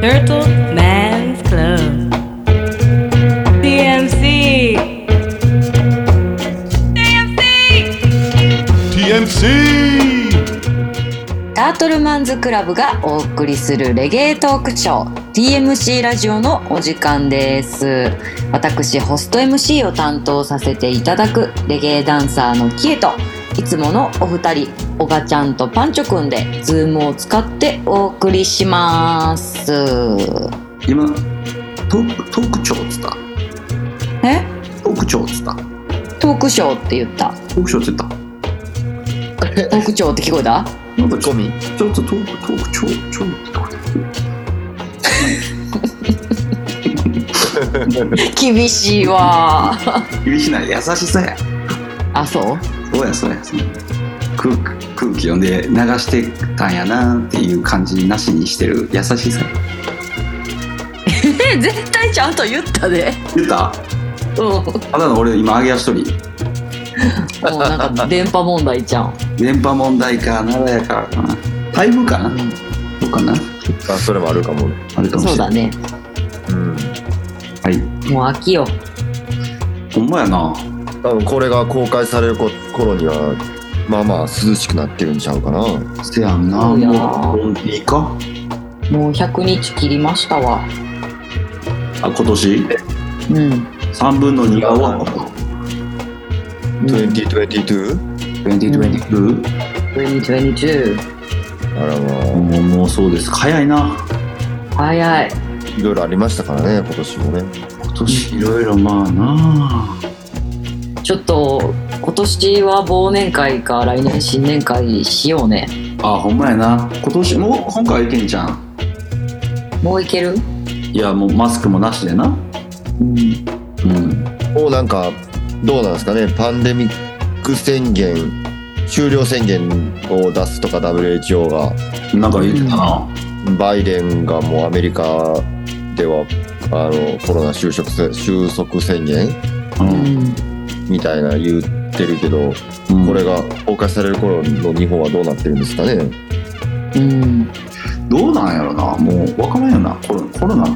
Turtle Man's Club. DMC. DMC. TMC! タートルマンズクラブがお送りするレゲエトークショー TMC ラジオのお時間です私ホスト MC を担当させていただくレゲエダンサーのキエといつものお二人おばちゃんとパンチョくんでズームを使ってお送りします今トークトーク長っつったえトーク長っつったトークショーって言ったトーク長って言ったトークショーって聞こえたなんかちょちょっとトークトーク長長って言った厳しいわー厳しない優しさやあそうそうやそうやそうや空気空気読んで流してたんやなっていう感じなしにしてる優しさえ絶対ちゃんと言ったで言ったうん もただの俺今揚げ足取りうなんか電波問題じゃん電波問題かならやかかなタイムかなどうかなあ、それもあるかもね。あれかもしそうれなだいね。うん。はいもう飽きよ。ほんまやな多分これが公開されるこ頃には、まあまあ涼しくなってるんちゃうかな。せやんなそうやもういいかもう100日切りましたわ。あ今年うん。 3分の2が終わった 2022? 2022 2022。あらまもうもうそうです早いな早い。あ、いろいろありましたからね、今年もね。今年いろいろまあなちょっと、今年は忘年会か来年新年会しようね。ああほんまやな今年もう今回いけんじゃんもういけるいやもうマスクもなしでなうん。うんもうなんか、どうなんですかね、パンデミック宣言、終了宣言を出すとか WHO が、なんか言ってたな、バイデンがもうアメリカでは、あの、コロナ収束せ、収束宣言うんうん。みたいな言ってるけど、うんこれが公開される頃の日本はどうなってるんですかね。うん。どうなんやろなもう分からんよなコロコロナ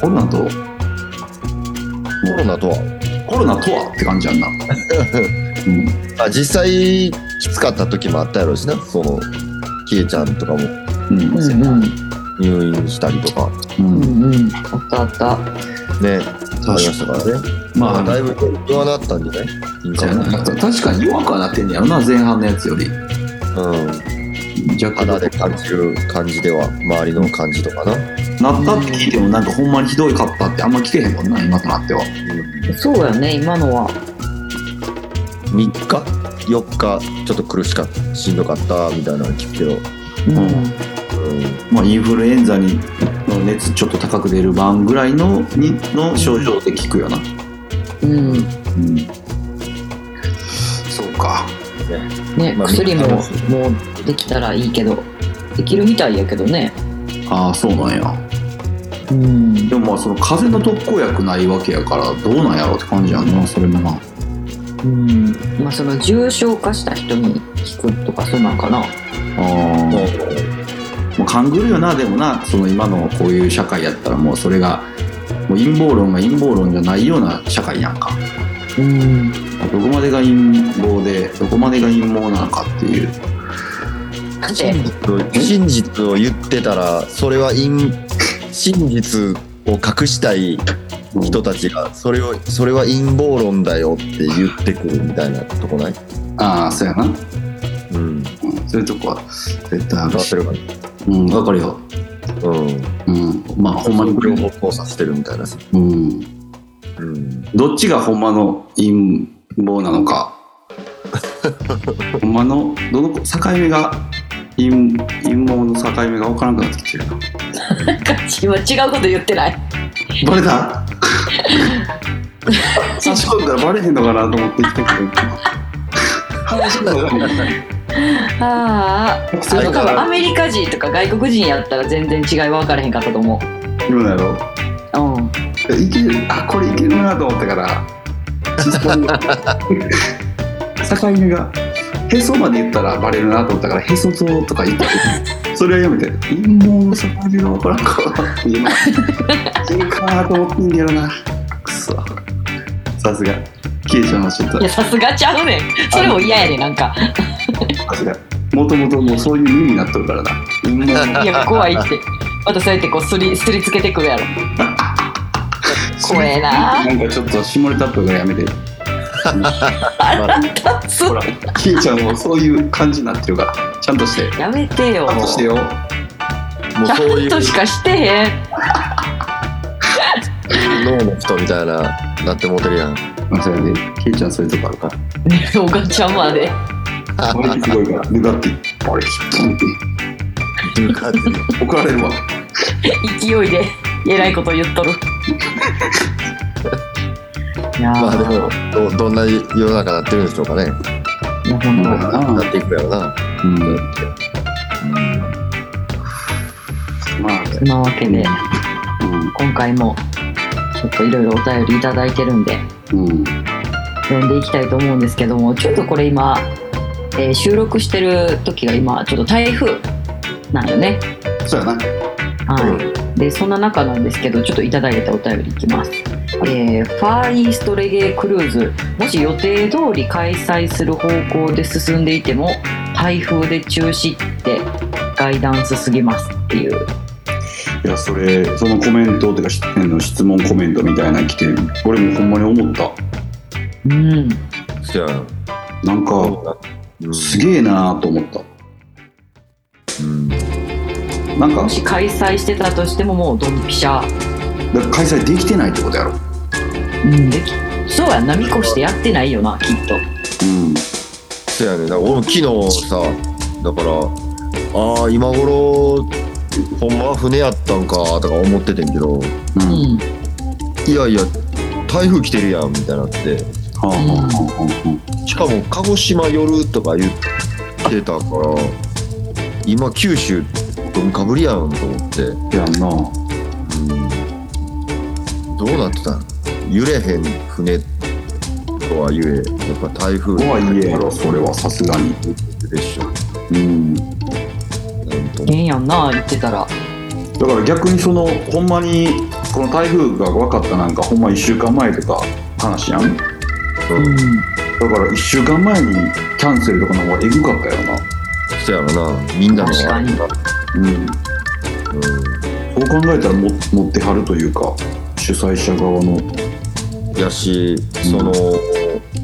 コロナとコロナとは、コロナとはって感じやん な、うん、あ実際、きつかった時もあったやろうしな、その、キエちゃんとかもうんうん入院したりとか、うん。ううんんうん。あったあった。ね、あ確りかましたからね。まあだいぶ弱なったんじゃないインカそうやムな確かに弱くはなってんねやろな前半のやつよりうん。若肌干で感じる感じでは周りの感じとかな、なったって聞いてもなんかほんまにひどいかったってあんま聞けへんもんな今となってはそうやね、今のは。 3日4日ちょっと苦しかったしんどかったみたいなの聞くけど、うん。うまあ、インフルエンザにの熱ちょっと高く出る番ぐらいのにの症状って聞くよな、うん。うん、そうかね、まあ薬も、みんもなうできたらいいけど。できるみたいやけどね。ああそうなんやうんで。もまあその風邪の特効薬ないわけやからどうなんやろって感じやんなそれもなうん、まあその重症化した人に聞くとかそうなんかな。あんーもう勘ぐるよなでもなその今のこういう社会やったらもうそれがもう陰謀論が陰謀論じゃないような社会やんかうん、どこまでが陰謀でどこまでが陰謀なのかっていうだって、真実を言ってたらそれは陰真実を隠したい人たちがそれをそれは陰謀論だよって言ってくるみたいなとこない、ああそうやな、うん、うん、そういうとこは絶対あ変るわっしてるかうん、わかるよ。ら、うん、うん。まあ、ほんまにこれ両方交差してるみたいなさ、うん。うん、どっちがほんまの陰謀なの か。ほんまの、どの境目が陰、陰謀の境目がわからなくなってきてるな。なんか今違うこと言ってない。バレた 差し込んだらバレへんのかなと思ってきたけど。話が わかんないああ、そはいの多分アメリカ人とか外国人やったら全然違い分からへんかったと思今のやろう。うん、えいけるあこれいけるなと思ったから 実際に境目がへそまで言ったらバレるなと思ったからへそととか言ったけそれはやめて陰謀の境目が分からんかいやまあいいかなと思ってんだよなくそさすが消えちゃいましたいやさすがちゃうねんそれも嫌やでなんかさすがもともともうそういう意味になっとるからな陰謀のいや怖いってまたそうやってこうすりすりつけてくるやろ怖えななんかちょっと下ネタっぽいからやめてそほうらキイちゃんもそういう感じになってるからちゃんとしてちやめてよゃんとしてよもうちゃそういんうとしかして へん脳の人みたいななってもうてるやんまあそれでキイちゃんそういうとこあるからおがちゃんまで 俺すごいからでだって俺きっという感じ怒られるわ勢いでえらいこと言っとるいやーまあでもどどんな世の中になってるんでしょうかねいやほんまなっていくやろなうんまあそんなわけで今回もちょっといろいろお便りいただいてるんでうんうん読んでいきたいと思うんですけどもちょっとこれ今、えー収録してる時が今ちょっと台風なんよね、そうやなはい、でそんな中なんですけどちょっといただいたお便りいきます、えーファーイーストレゲークルーズもし予定通り開催する方向で進んでいても台風で中止ってガイダンスすぎますっていういやそれそのコメントっていうかしあの質問コメントみたいなの来て俺もほんまに思ったうんじゃあなんかうんすげえなーと思ったうんなんかもし開催してたとしてももうドンピシャ、だから開催できてないってことやろうん、できそうやんなみこしてやってないよなきっとうんそやねだから俺も昨日さだからああ今頃ほんまは船やったんかとか思っててんけどうんうんいやいや台風来てるやんみたいになってはあはあはあはしかも鹿児島寄るとか言ってたから今九州どんかぶりやんと思って、あやんなどうなってたん揺れへん船とはゆえやっぱ台風とはいえやろそれはさすがにでしょうんなんとええやんな言ってたらだから逆にそのほんまにこの台風が分かったなんかほんま1週間前とか話やんだかうんら1週間前にキャンセルとかの方がえぐかったよなそやろなみんなの確かにうんそう考えたらも持ってはるというか主催者側のうん、やしその、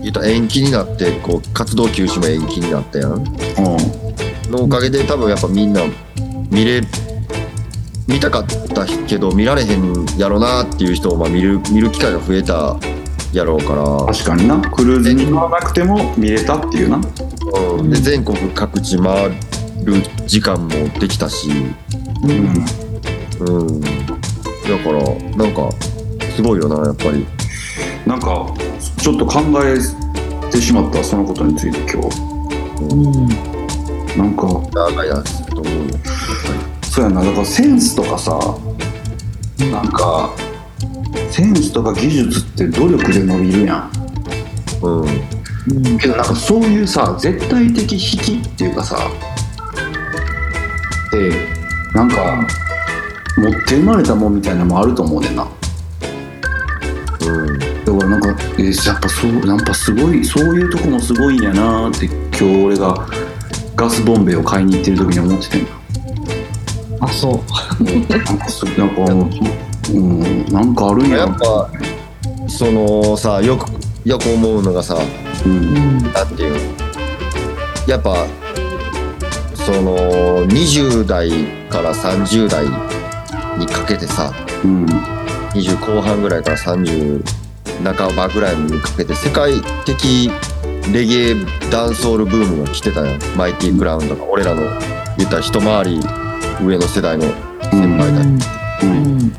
言ったら延期になってこう活動休止も延期になったやんうのおかげで多分やっぱみんな見れ見たかったけど見られへんやろなっていう人をまあ見る見る機会が増えたやろうかん確かになクルーズに乗らなくても見れたっていうなら、うん、で全国各地回る時間もできたし、うんうん、だからなんかすごいよなやっぱりなんかちょっと考えてしまったそのことについて今うん日なんか長いなと思うよ。そうやなだからセンスとかさなんかセンスとか技術って努力で伸びるやんうんうんけどなんかそういうさ絶対的引きっていうかさでなんか持って生まれたもんみたいなのもあると思うねんなうんだからなんか、えーやっぱそうやっぱすごいそういうとこもすごいんやなーって今日俺がガスボンベを買いに行ってる時に思っててんあそなんかすなんか、うん、なんかあるんややっぱそのさよくよく思うのがさう、ううんんなんていうやっぱその20代から30代にかけてさうん、 20後半ぐらいから30半ばぐらいにかけて世界的レゲエダンソールブームが来てたよマイティ・グラウンとか俺らの言ったら一回り上の世代の先輩たちうん、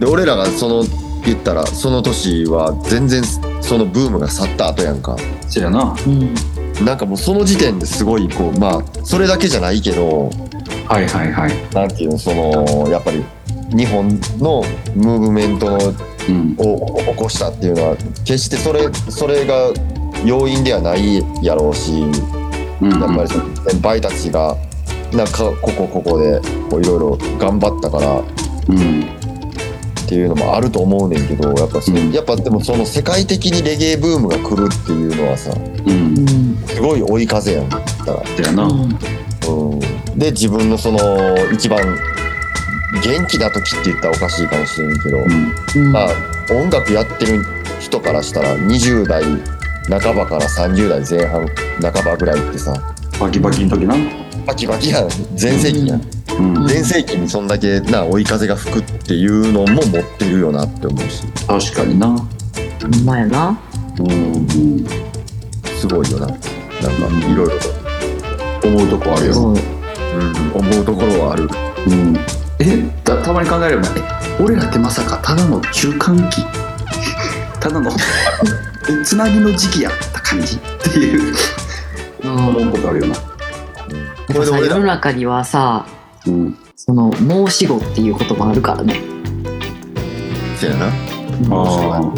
で俺らがその言ったらその年は全然そのブームが去った後やんかそやな。うんなんかもうその時点ですごいこうまあそれだけじゃないけどはいはいはい。なんていうのそのやっぱり日本のムーブメントうん、を起こしたっていうのは決してそれそれが要因ではないやろうしうん、やっぱりその先輩たちがなんかここここでこういろいろ頑張ったからうんっていうのもあると思うねんけどやっぱそのうんやっぱでもその世界的にレゲエブームが来るっていうのはさうんすごい追い風やんだから、だよなうん、で自分のその一番元気な時って言ったらおかしいかもしれんけど、うんまあ音楽やってる人からしたら20代半ばから30代前半半ばぐらいってさバキバキの時なバキバキやん全盛期やんうん全盛期にそんだけな追い風が吹くっていうのも持ってるよなって思うし確かになほんまやなうんすごいよななんかいろいろと、思うとこあるよそううん、思うところはあるうん、えたたまに考えればえ俺らってまさかただの中間期 ただの えつなぎの時期やった感じっていううん思うことあるよな、でもこれさで俺世らの中にはさうん、その申し子っていう言葉あるからねせやなああ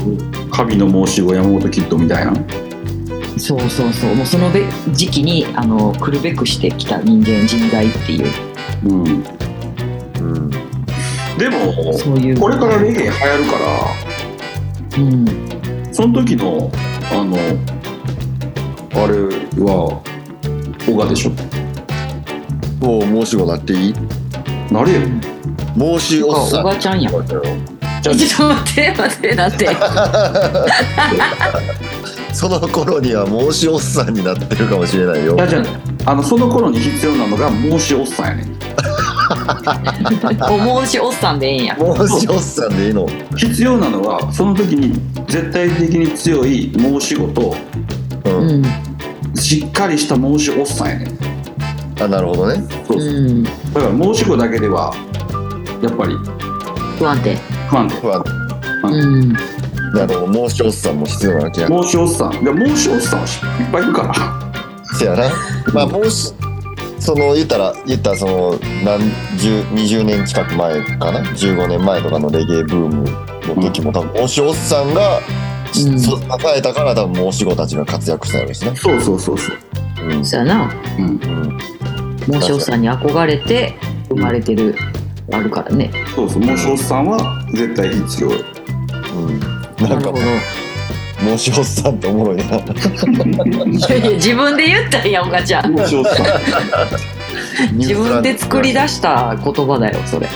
神の申し子山本キッドみたいなそうそうそうもうそのべ時期にあの来るべくしてきた人間人材っていうううんんでもそういうこれからレゲエ流行るかうらんその時のあのあれはオガでしょもう申し子なっていいなれよ申しおっさおんばちゃんやんじゃあ ちょっと待って待って待ってその頃には申しおっさんになってるかもしれないよいやじゃああのその頃に必要なのが申しおっさんやねお申しおっさんでええんや申しおっさんでいいの必要なのはその時に絶対的に強い申し子とうん、うんしっかりした申しおっさんやねんあなるほどねそうそううんだから申し子だけではやっぱり不安定不安定不安うんなるほど申しおっさんも必要なわけや申しおっさんで申しおっさんはいっぱいいるからせやなまあもしその言ったら言ったらその何十20年近く前かな15年前とかのレゲエブームの時も多分申しおっさんが、うんそ支えたから多分申し子たちが活躍したやろうしな、そうそうそうそううんそうやなうんうん申しおっさんに憧れて生まれてるあるからねそうそう申しおっさんは絶対必要うん、なんか申しおっさんっておもろいないやいや自分で言ったんやおかちゃん申しお っさん自分で作り出した言葉だよそれ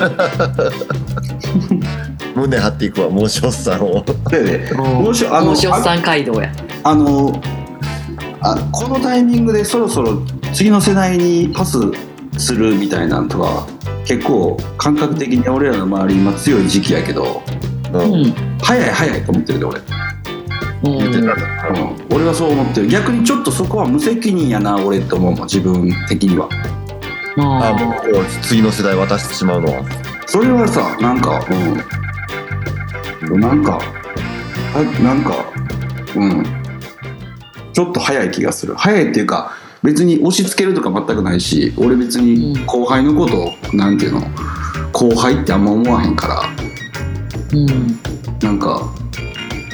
胸張っていくわ申しおっさんをでね申しあの申しおっさん街道やあのあこのタイミングでそろそろ次の世代にパスするみたいなんとか結構感覚的に俺らの周り今強い時期やけどううんん早い早いと思ってるで俺、ううん言ってたん、俺はそう思ってる逆にちょっとそこは無責任やな俺って思うもん自分的にはああもうこう次の世代渡してしまうのはそれはさなんかうんなんかあなんかうんちょっと早い気がする早いっていうか別に押し付けるとか全くないし俺別うにん後輩のことをなんていうの後輩ってあんま思わへんからうんなんか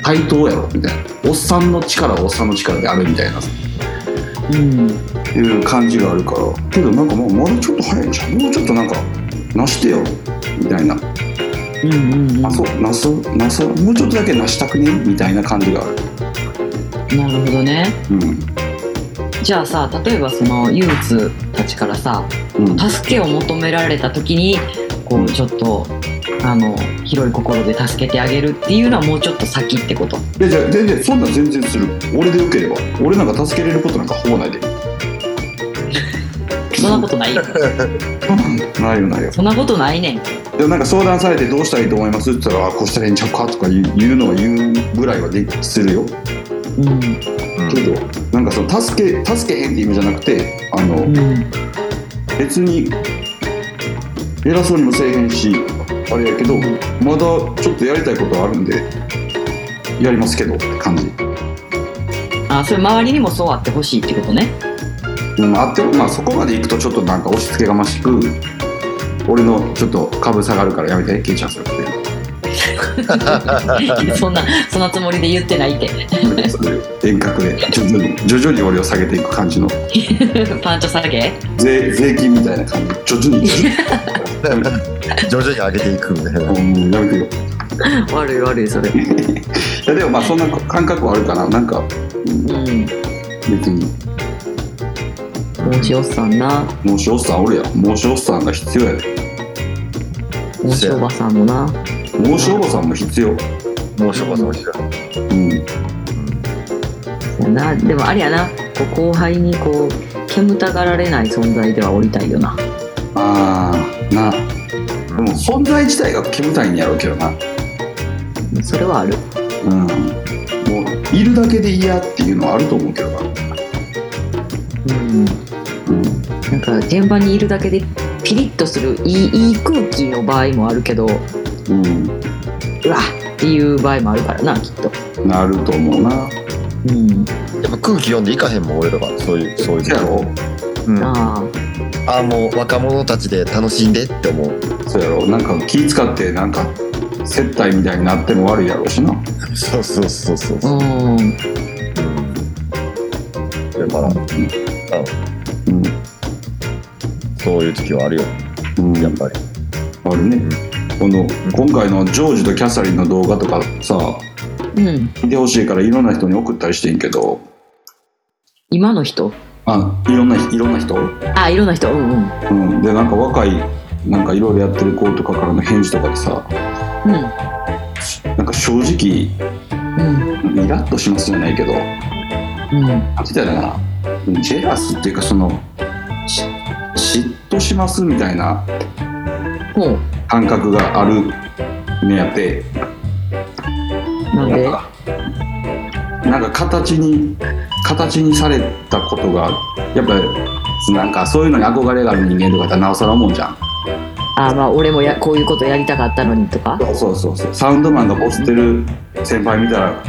対等やろみたいなおっさんの力はおっさんの力であるみたいなうんいう感じがあるからけどなんかもうまだちょっと早いじゃんもうちょっとなんかなしてよみたいなうんうんあそうなそうなそうもうちょっとだけなしたくねみたいな感じがあるなるほどねうんじゃあさ例えばその憂鬱たちからさうん助けを求められた時にこうちょっとあの広い心で助けてあげるっていうのはもうちょっと先ってことでじゃあ全然そんなん全然する俺でよければ俺なんか助けれることなんかほぼないで そんなことないよとないよないよそんなことないねんでなんか相談されてどうしたらいいと思いますって言ったらあこうしたらいいんちゃうかとか言う言うのは言うぐらいはでするようけどなんかその助け助けへんって意味じゃなくてあの、んうん別に偉そうにもせえへんしあれやけどまだちょっとやりたいことあるんでやりますけどって感じ、あそれ周りにもそうあってほしいってことねうん、あってもまあそこまでいくとちょっとなんか押し付けがましく俺のちょっと株下がるからやめてケイちゃんそれってそんなそのつもりで言ってないって そういう遠隔で徐々に徐々に俺を下げていく感じのパンチョ下げ税税金みたいな感じ徐々に徐々に徐々に上げていくみたいな。うんやめてよ悪い悪いそれいやでもまあそんな感覚はあるかななんかうんうん別に帽子おっさんな申しおっさんおるやん申しおっさんが必要やで帽子おばさんもな申しおばさんも必要もうしょうがないしょうんそうなでもあれやなこう後輩にこう煙たがられない存在ではおりたいよなああなでも存在自体が煙たいんやろうけどなそれはあるうんもういるだけで嫌っていうのはあると思うけどなうんうんなんか現場にいるだけでピリッとするいいいい空気の場合もあるけどううんわっっていう場合もあるからなきっとなると思うなうんやっぱ空気読んでいかへんもん、俺らは。そういう、そういうそうやろうん。ああああ、もう若者たちで楽しんでって思う。そうやろなんか気使ってなんか接待みたいになっても悪いやろうしなそうそうそうそう。ううんだから、うんそういう時はあるよ、うんやっぱり。あるねこの今回のジョージとキャサリンの動画とかさうん見てほしいからいろんな人に送ったりしてんけど今の人あいろんないろんな人、あいろんな人うんうんうん、でなんか若いなんかいろいろやってる子とかからの返事とかでさうなんか正直んイラッとしますじゃないけどうんうんなんて言ったらいいかなジェラスっていうかそのし嫉妬しますみたいなほう感覚があるねやってなんでなんかなんか形に形にされたことがやっぱなんかそういうのに憧れがある人間とかだったらなおさら思うじゃんあまあ俺もやこういうことやりたかったのにとかそうそうそうそうサウンドマンがボスってる先輩見たら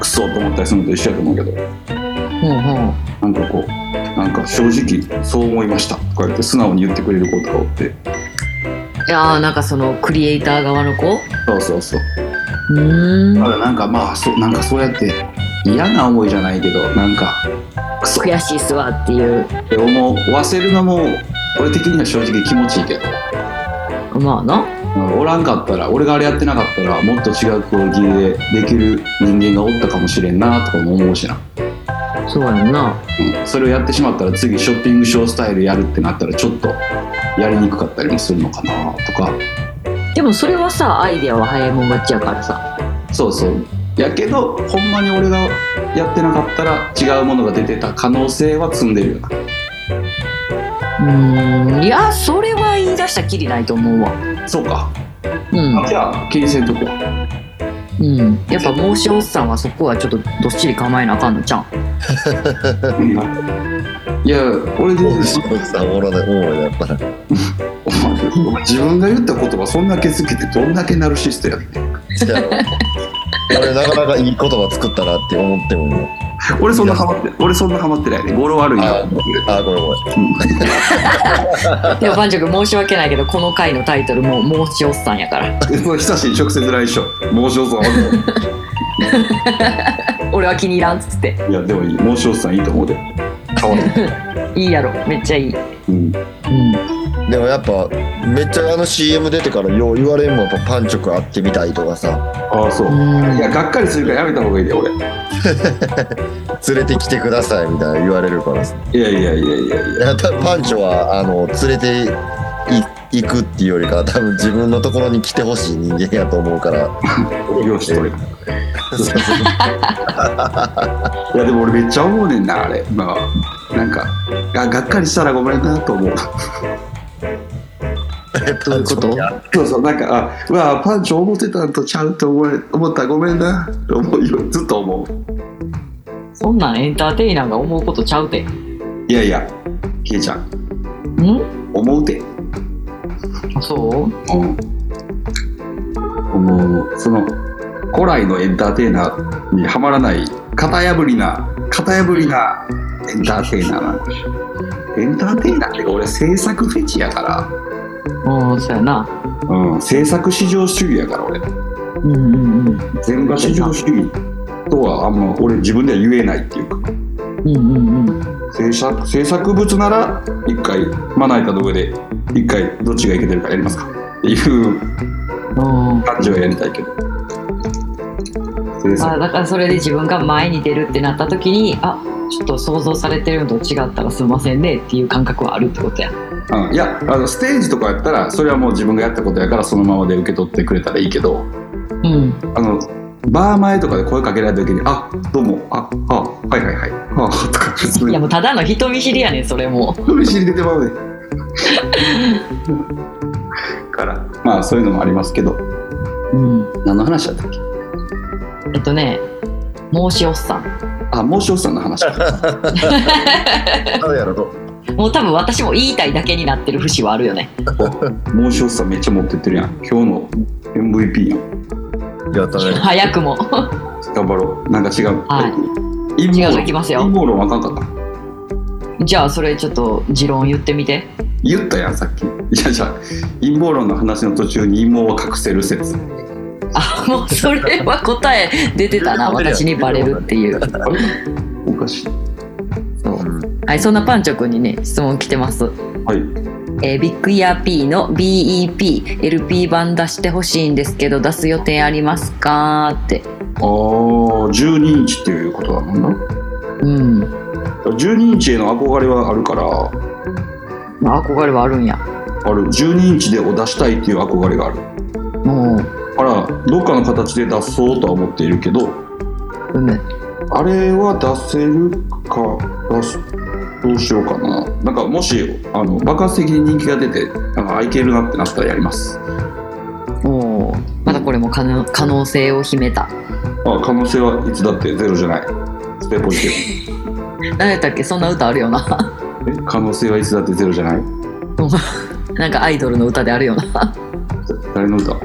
クソと思ったりするのと一緒やと思うけどうんうんなんかこうなんか正直そう思いましたとか言って素直に言ってくれる子とかおっていやーなんかそのクリエイター側の子うそうそうそうーんただなんかまあそうなんかそうやって嫌な思いじゃないけどなんかクソ悔しいっすわっていうって思わせるのも俺的には正直気持ちいいけどまあなうんおらんかったら俺があれやってなかったらもっと違うクオリティでできる人間がおったかもしれんなとかも思うしな、そうやんなうん、それをやってしまったら次ショッピングショースタイルやるってなったらちょっとやりにくかったりもするのかなとかでもそれはさアイデアは早いもん勝ちやからさそうそうやけどほんまに俺がやってなかったら違うものが出てた可能性は積んでるよなうーんいやそれは言い出したきりないと思うわそうかうんあじゃあ気にせんとこううんやっぱ申しおっさんはそこはちょっとどっしり構えなあかんのちゃうんいや俺でさ、 おもろない、おもろいな、やっぱり。お前お前自分が言った言葉そんだけ好きでどんだけナルシストやねんそうやろ俺、なかなかいい言葉作ったなって思ってもんね。俺そんなハマって俺そんなハマってないね語呂悪いなああ、ごめんごめん。でもパンチョ君申し訳ないけどこの回のタイトルもう申しおっさんやから 久しに直接来所申しおさん俺は気に入らんっつっていやでもいい申しおさんいいと思うで変わらないいいやろめっちゃいいううんんでもやっぱ、めっちゃあの CM 出てからよう言われんもん、やっぱパンチョク会ってみたいとかさ、ああそうういやがっかりするからやめた方がいいで俺連れてきてくださいみたいな言われるからさ。いやいやいやいやいやいやたパンチョは、あの、連れてい行くっていうよりかは、多分自分のところに来てほしい人間やと思うから。よしとれ そうそういやでも俺めっちゃ思うねんなあれまあなんかががっかりしたらごめんなと思うん どういうことそうそうなんかあうわパンチ思ってたんとちゃうと思え思ったらごめんなと思うよずっと思うそんなんエンターテイナーが思うことちゃうてんいやいや、ひえちゃん、思うて。あそううん。もう、その、古来のエンターテイナーにはまらない、型破りな、型破りなエンターテイナーなんですよ。エンターテイナーって俺制作フェチやから、うんそうやなうん、制作至上主義やから俺。うんうんうん全が至上主義とはあんま俺自分では言えないっていうかうんうんうん制作制作物なら一回まな板の上で一回どっちがいけてるかやりますかっていううん感じはやりたいけど制あ作だからそれで自分が前に出るってなった時にあちょっと想像されてるのと違ったらすいませんねっていう感覚はあるってことやうんいやあのステージとかやったらそれはもう自分がやったことやからそのままで受け取ってくれたらいいけどうんあのバー前とかで声かけられた時に「あどうもああはいはいはいあ」とか普通いにやもうただの人見知りやねんそれも人見知り出てまうねからまあそういうのもありますけどうん何の話だったっけえっとね申しおっさんあもうしおっさんの 話かそうやろともう多分私も言いたいだけになってる節はあるよねもうしおっさんめっちゃ持ってってるやん今日の MVP やんやったね早くも 頑張ろうなんか違う、はい違陰う謀論のいきますよ陰謀論わかんかったじゃあそれちょっと持論言ってみて言ったやんさっきいやじゃあ陰謀論の話の途中に陰謀は隠せる説あもうそれは答え出てたな私にバレるっていうあれおかしい はいそんなパンチョくんにね質問来てますはいえービッグイヤー P の BEPLP 版出してほしいんですけど出す予定ありますかってああ12インチっていうことだもんなうん12インチへの憧れはあるからまあ憧れはあるんやある12インチでを出したいっていう憧れがあるもうからどっかの形で出そうとは思っているけどうむあれは出せるか出すどうしようかななんかもしあの爆発的に人気が出てなんかあいけるなってなったらやりますおーまだこれも可能可能性を秘めたまあ可能性はいつだってゼロじゃないステイポジティ何やったっけそんな歌あるよな ブえ可能性はいつだってゼロじゃないなんかアイドルの歌であるよな誰の歌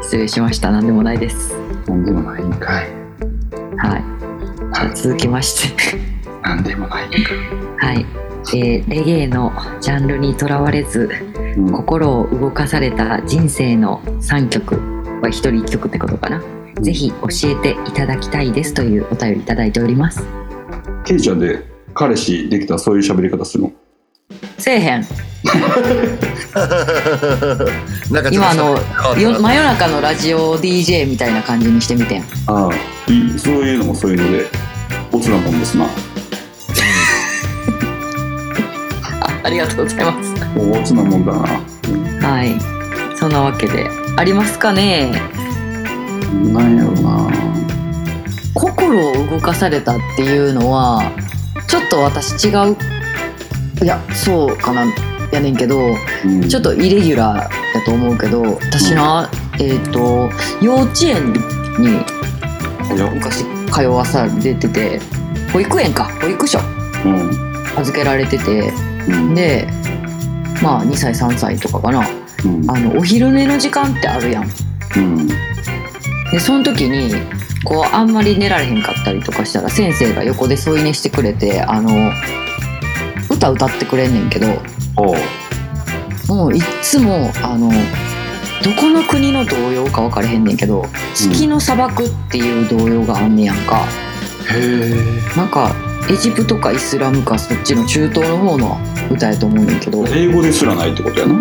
失礼しました何でもないですなんでもないんかいはいじゃあ続きまして なんでもないんかはい、い、えーレゲエのジャンルにとらわれずうん心を動かされた人生の3曲は一人1曲ってことかな、ぜひ教えていただきたいですというお便りいただいておりますケイちゃんで彼氏できたらそういう喋り方するのせえへんなんかちょっと今あのよ変わ真夜中のラジオ DJ みたいな感じにしてみてんああいいそういうのもそういうのでおつなもんですなあありがとうございますおおつなもんだなはいそんなわけでありますかねなんやろな心を動かされたっていうのはちょっと私違ういやそうかなやねんけどうんちょっとイレギュラーだと思うけど私な、えっ、と幼稚園にいや昔通わされてて保育園か保育所うん預けられててうんでまあ2歳3歳とかかなうんあのお昼寝の時間ってあるやんうんでその時にこうあんまり寝られへんかったりとかしたら先生が横で添い寝してくれてあの歌歌ってくれんねんけどおうもういっつもあのどこの国の童謡か分かれへんねんけど「月の砂漠」っていう童謡があんねやんか、へなんかエジプトかイスラムかそっちの中東の方の歌やと思うねんけどえ英語ですらないってことやな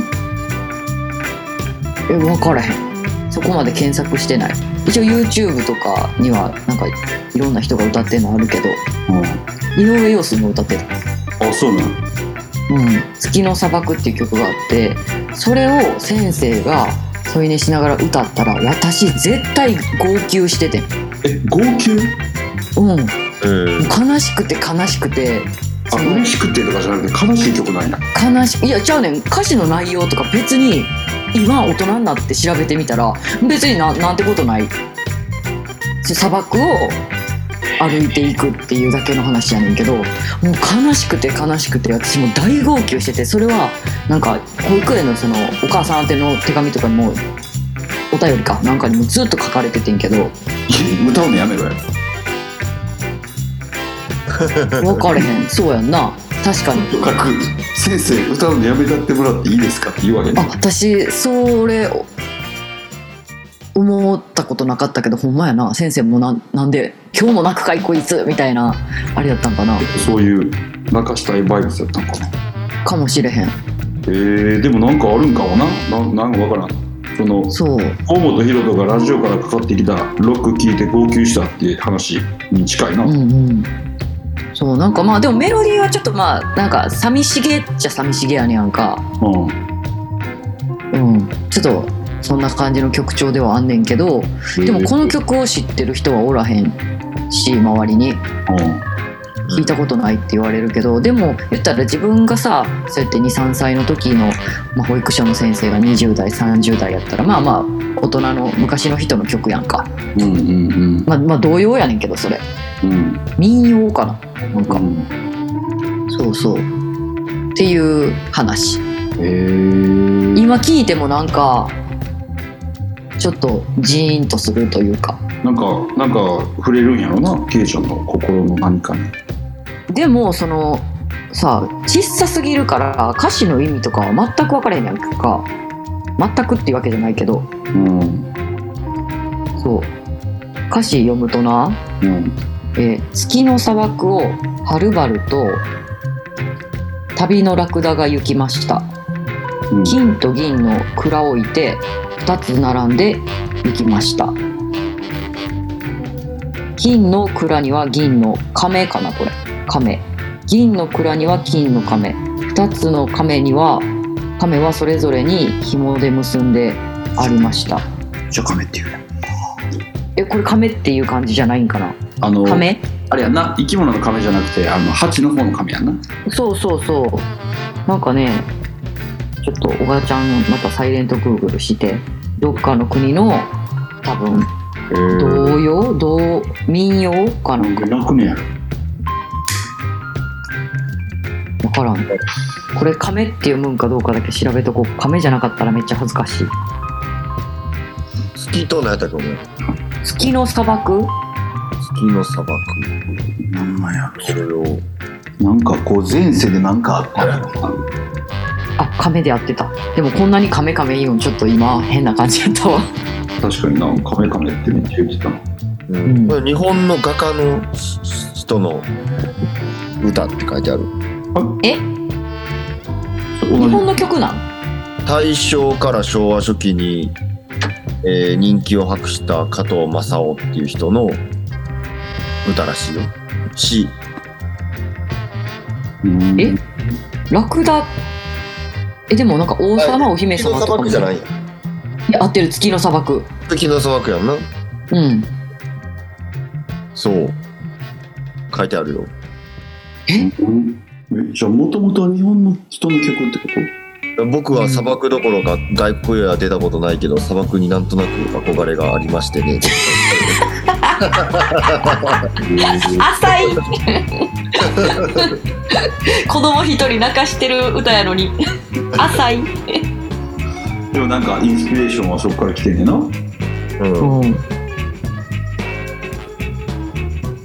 え分からへんそこまで検索してない一応 YouTube とかにはなんかいろんな人が歌ってるのあるけどうん井上陽水も歌ってたあそうなのうん、月の砂漠っていう曲があってそれを先生が添い寝しながら歌ったら私絶対号泣しててんえ号泣うんったうん悲しくて悲しくてあ嬉しくてとかじゃなくて悲しい曲なんや悲しいやちゃうねん歌詞の内容とか別に今大人になって調べてみたら別にななんてことないそう砂漠を歩いていくっていうだけの話やねんけどもう悲しくて悲しくて私もう大号泣しててそれはなんか保育園のそのお母さん宛ての手紙とかにもお便りかなんかにもずっと書かれててんけどいや歌うのやめろや分かれへんそうやんな確かにとかく先生歌うのやめたってもらっていいですかって言うわけあね私それ思ったことなかったけどほんまやな先生もなんなんで今日も泣くかいこいつみたいなあれやったんかなそういう泣かしたいバイブスやったんかなかもしれへんえー、でもなんかあるんかもなななんかわからんそのそう河本ロ人がラジオからかかってきたロック聞いて号泣したっていう話に近いな、ううんんうんそうなんかまあでもメロディーはちょっとまあなんか寂しげっちゃ寂しげやねやんかうんちょっとそんな感じの曲調ではあんねんけどでもこの曲を知ってる人はおらへんし周りに聞いたことないって言われるけどでも言ったら自分がさそうやって23歳の時の、まあ、保育所の先生が20代30代やったらまあまあ大人の昔の人の曲やんか、うんうんうんまあ、まあ童謡やねんけどそれうん民謡かななんうか、んそうそうっていう話えー、今聞いてもなんかちょっとジーンとするというかなんかなんか触れるんやろなケイちゃんの心の何かにでもそのさ小さすぎるから歌詞の意味とかは全く分からへんやんか全くっていうわけじゃないけどうんそう歌詞読むとな、うんえー月の砂漠をはるばると旅のラクダが行きましたうん金と銀の蔵を置いて2つ並んで行きました金の蔵には銀の亀かなこれ亀銀の蔵には金の亀2つの亀には亀はそれぞれに紐で結んでありましたじゃあ亀っていうえこれ亀っていう感じじゃないんかなあの亀あれやな生き物の亀じゃなくてあの蜂の方の亀やなそうそうそうなんかねちょっと小川ちゃんまたサイレントグーグルしてどっかの国の多分えー、童謡童民謡かなんか泣くねやろ分からんこれ亀って読むんかどうかだけ調べとこう亀じゃなかったらめっちゃ恥ずかしい月と何やったっけお前月の砂漠月の砂漠なんなんやそれをろなんかこう前世でなんかあったやろなあ亀でやってたでもこんなに亀亀言うんちょっと今変な感じやったわ確かになカメカメってめっちゃ言ってたのうんう日本の画家の人の歌って書いてあるえ同日じ本の曲なん大正から昭和初期に、えー人気を博した加藤正夫っていう人の歌らしいよ詩うんえラクダえでもなんか王様お姫月の様砂とかも漠じゃないやいや合ってる月の砂漠月の砂漠やんなうんそう書いてあるようんえじゃあもともとは日本の人の曲ってこと僕は砂漠どころか外国へは出たことないけど砂漠になんとなく憧れがありましてね 浅い子供一人泣かしてる歌やのに浅い、でもなんかインスピレーションはそこから来てんねんなうん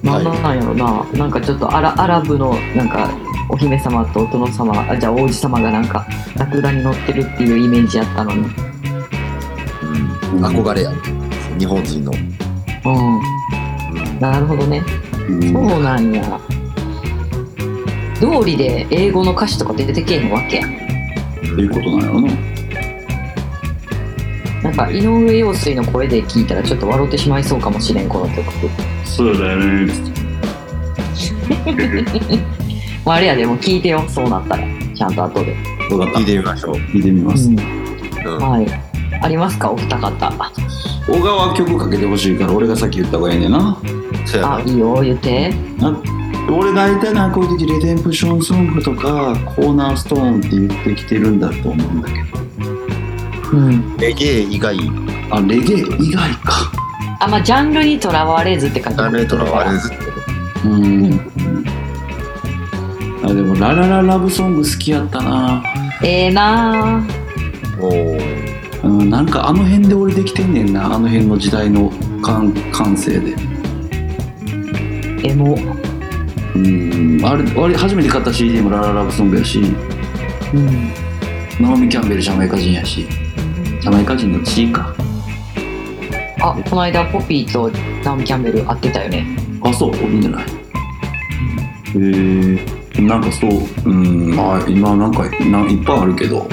なんなんやろな、なんかちょっとアラアラブのなんかお姫様とお殿様あじゃあ王子様がなんかラクダに乗ってるっていうイメージやったのに、うん、憧れや日本人のなるほどねそうなんや道理で英語の歌詞とか出てけえへんわけやうん、いうことなんやろななんか井上陽水の声で聞いたらちょっと笑ってしまいそうかもしれんこの曲そうだよねまああれやでも聞いてよそうなったらちゃんと後で、そうだった聞いてみましょう、見てみます、うんはいありますかお二方小川曲かけてほしいから俺がさっき言った方がいいねんなそうやあないいよ言ってな俺大体なこういう時レデンプションソングとかコーナーストーンって言ってきてるんだと思うんだけどうんレゲエ以外あレゲエ以外かあまあジャンルにとらわれずって感じダメとかはあれずうんあでもララララブソング好きやったなええなあもううん、なんかあの辺で俺できてんねんなあの辺の時代の感感性でエモうんあれあれ初めて買った CD もラララブソングやしうんナオミ・キャンベルジャマイカ人やしジャマイカ人の地位かあこの間ポピーとナオミ・キャンベル会ってたよねあそういいんじゃないえー、なんかそううんまあ今なんかないっぱいあるけど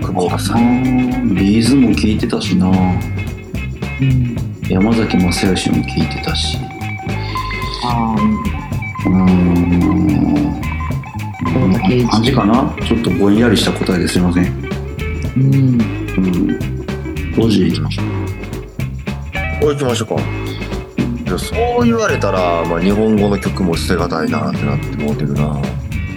久保田さんビーズも聞いてたしな山崎まさよしも聞いてたしあうーん大竹栄一感じかなちょっとぼんやりした答えですいませんーうん うんロジーいきましょこれ行きましょうか。いやそう言われたら、まあ、日本語の曲も捨てがたいなってなって思うてるな。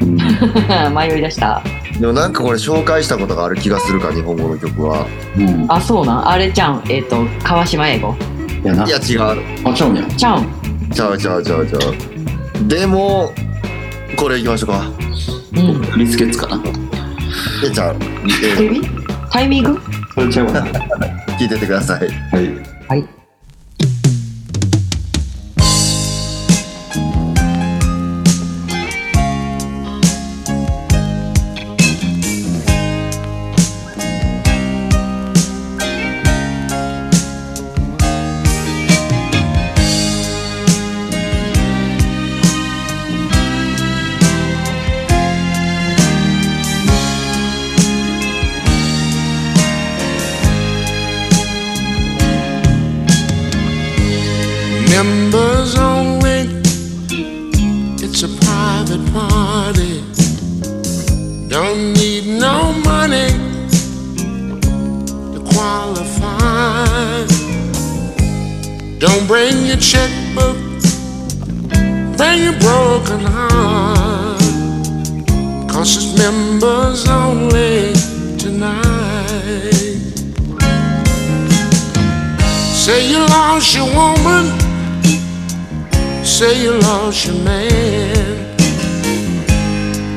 う、うん、迷い出したでもなんかこれ紹介したことがある気がするか、日本語の曲は。うん、あそうなんあれちゃんえっ、と川島英語いやないや、違う。あちゃうんやちゃんちゃうちゃうちゃうちゃう。でも、これ行きましょうか。うんリスケッツかなえ ちゃん、ええタイミングそれちゃうわは聞いててください。い Members only. It's a private party. Don't need no money to qualify. Don't bring your checkbook. Bring your broken heart. Cause it's members only tonight. Say you lost your woman. Say you lost your man.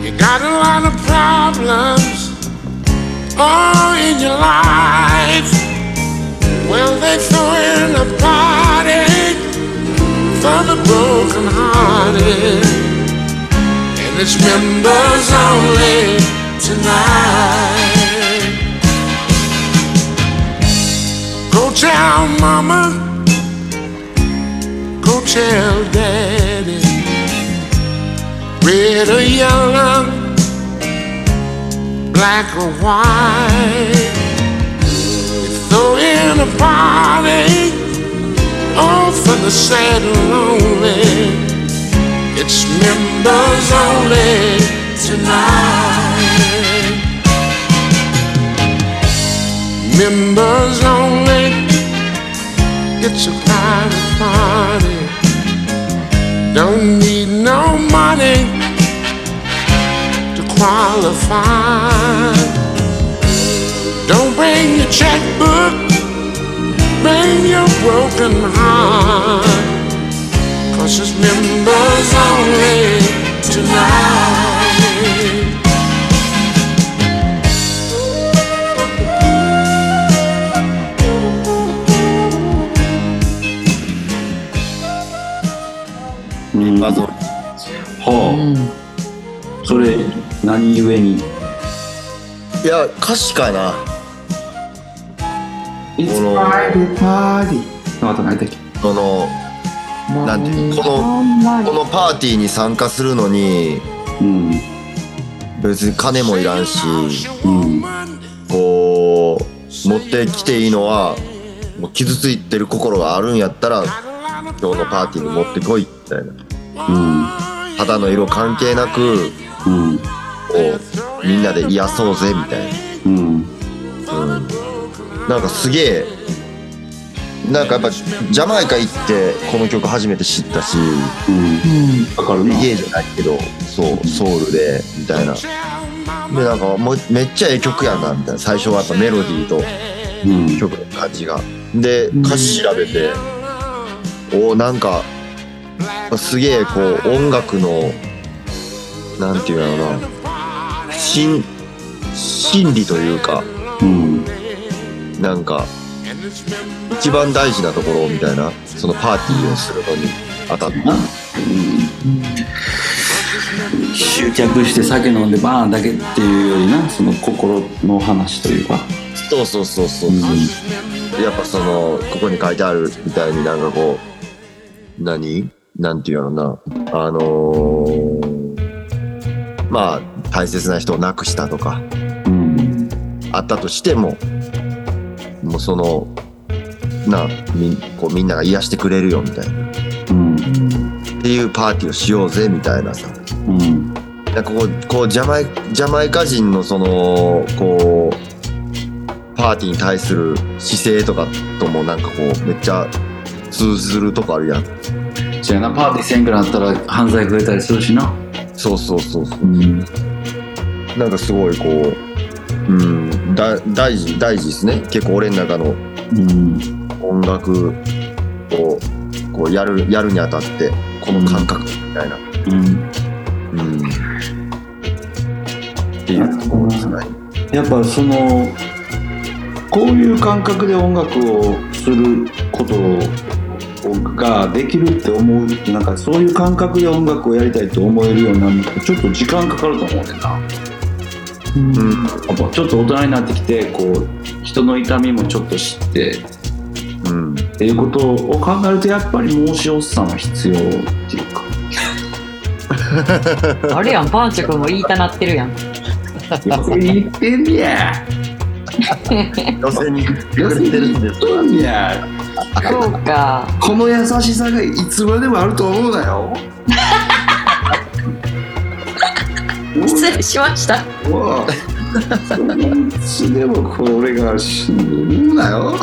You got a lot of problems all in your life. Well, they throw in a party for the broken hearted. And it's members only tonight. Go tell mama. Go tell daddy, red or yellow, black or white. Throw in a party, all for the sad and lonely. It's members only tonight. Members only. It's a private party. Don't need no money to qualify. Don't bring your checkbook, bring your broken heart. Cause it's members only tonight. うんあ、そう。はあ、それ何故にいや、歌詞かな。 It's It's private private party の後何やったっけその、なんていうこの、このパーティーに参加するのに、うん別に金もいらんし、うんこう、持ってきていいのは、もう傷ついてる心があるんやったら、今日のパーティーに持ってこい、みたいな。うん肌の色関係なく、うんこう、みんなで癒そうぜ、みたいな。うんなんかすげえなんかやっぱジャマイカ行ってこの曲初めて知ったしうんわかるなゲゲエじゃないけどそうソウルでみたいなでなんかもうめっちゃええ曲やなみたいな最初はやっぱメロディーとうん曲の感じがで歌詞調べておーなんかすげえこう音楽のなんていうんやろな心心理というかうんなんか一番大事なところみたいなそのパーティーをするのにあたってなうん集客して酒飲んでバーンだけっていうよりなその心の話というかそうそうそうそう、うんやっぱそのここに書いてあるみたいになんかこう何なんていうのなあのーまあ大切な人を亡くしたとかうんあったとしてももうそのなみこうみんなが癒してくれるよみたいなっうんていうパーティーをしようぜみたいなさうんなんかこうこうジャマイジャマイカ人のそのこうパーティーに対する姿勢とかともなんかこうめっちゃ通ずるとこあるやんそやなパーティーせんくなったら犯罪増えたりするしなそうそうそうそうんうなんかすごいこううんだ大事大事ですね結構俺の中のうん音楽をこうやるやるにあたってこの感覚みたいなうんうんっていうところですねやっぱそのこういう感覚で音楽をすることができるって思うなんかそういう感覚で音楽をやりたいと思えるようになるのってちょっと時間かかると思うねんなうんやっぱちょっと大人になってきてこう人の痛みもちょっと知ってうんっていうことを考えるとやっぱり申しおっさんは必要っていうか あれやんパンチョ君も言いたなってるやん要するに言ってんねや予選に要するに言ってんねやそうかこの優しさがいつまでもあると思うなよ失礼しましたもういつでもこれが死ぬなよ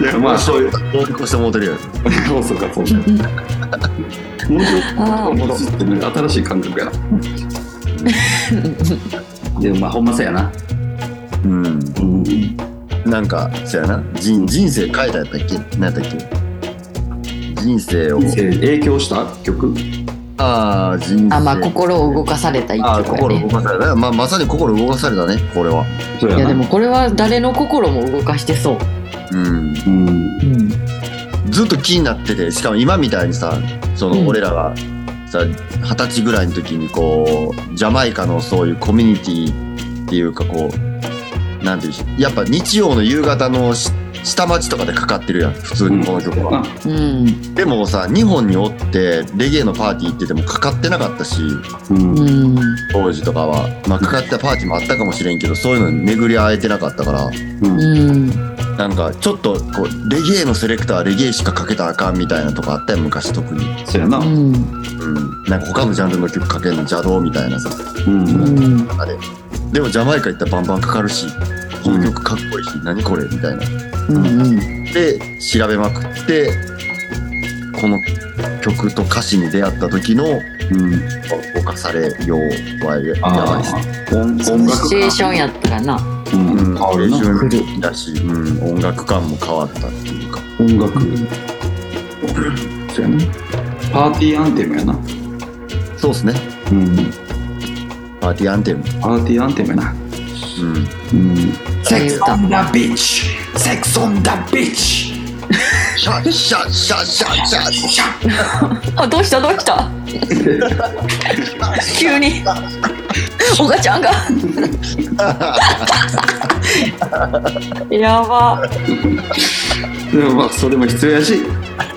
いやまあそういうどうこうしてもうてるやんそうかそうかもうちょっとあ戻すってね新しい感覚やなでもまあほんまそうやなうんうんなんか、そやな、人人生変えたやったっけ何やったっけ人生を。人生に影響した曲ああ、人生。あまあ心を動かされた一あー曲心やね動かされた。まあ、まさに心動かされたね、これは。そうやいなやでもこれは誰の心も動かしてそううん。うんずっと気になってて、しかも今みたいにさ、その、うん俺らが、さ、二十歳ぐらいの時に、こう、ジャマイカのそういうコミュニティっていうか、こう、なんていうしやっぱ日曜の夕方のし下町とかでかかってるやん、普通にこの曲は。あうんでもさ日本におってレゲエのパーティー行っててもかかってなかったしうんうん当時とかは、まあ、かかったパーティーもあったかもしれんけどそういうのに巡り合えてなかったからうんなんかちょっとこうレゲエのセレクターはレゲエしかかけたらあかんみたいなとかあったよ昔特に、そうやなうんうん、なんか他のジャンルの曲かけるの邪道みたいなさうんうんあれでもジャマイカ行ったらバンバンかかるしこの曲かっこいいし何これみたいなうんで調べまくってこの曲と歌詞に出会った時のうん犯されようはやあばいですね。ー音音楽シチュエーションやったらなうんうん、変わるな青春だし、うん、音楽感も変わったっていうか。音楽そうやなパーティーアンテムやなそうですね。うんパーティーアンテム。パーティーアンテムやなうん。うんそう言うた the beach sex on the beach シャッシャッシャッシャッシャッシャッあどうしたどうした急におがちゃんがやばでもまあそれも必要やし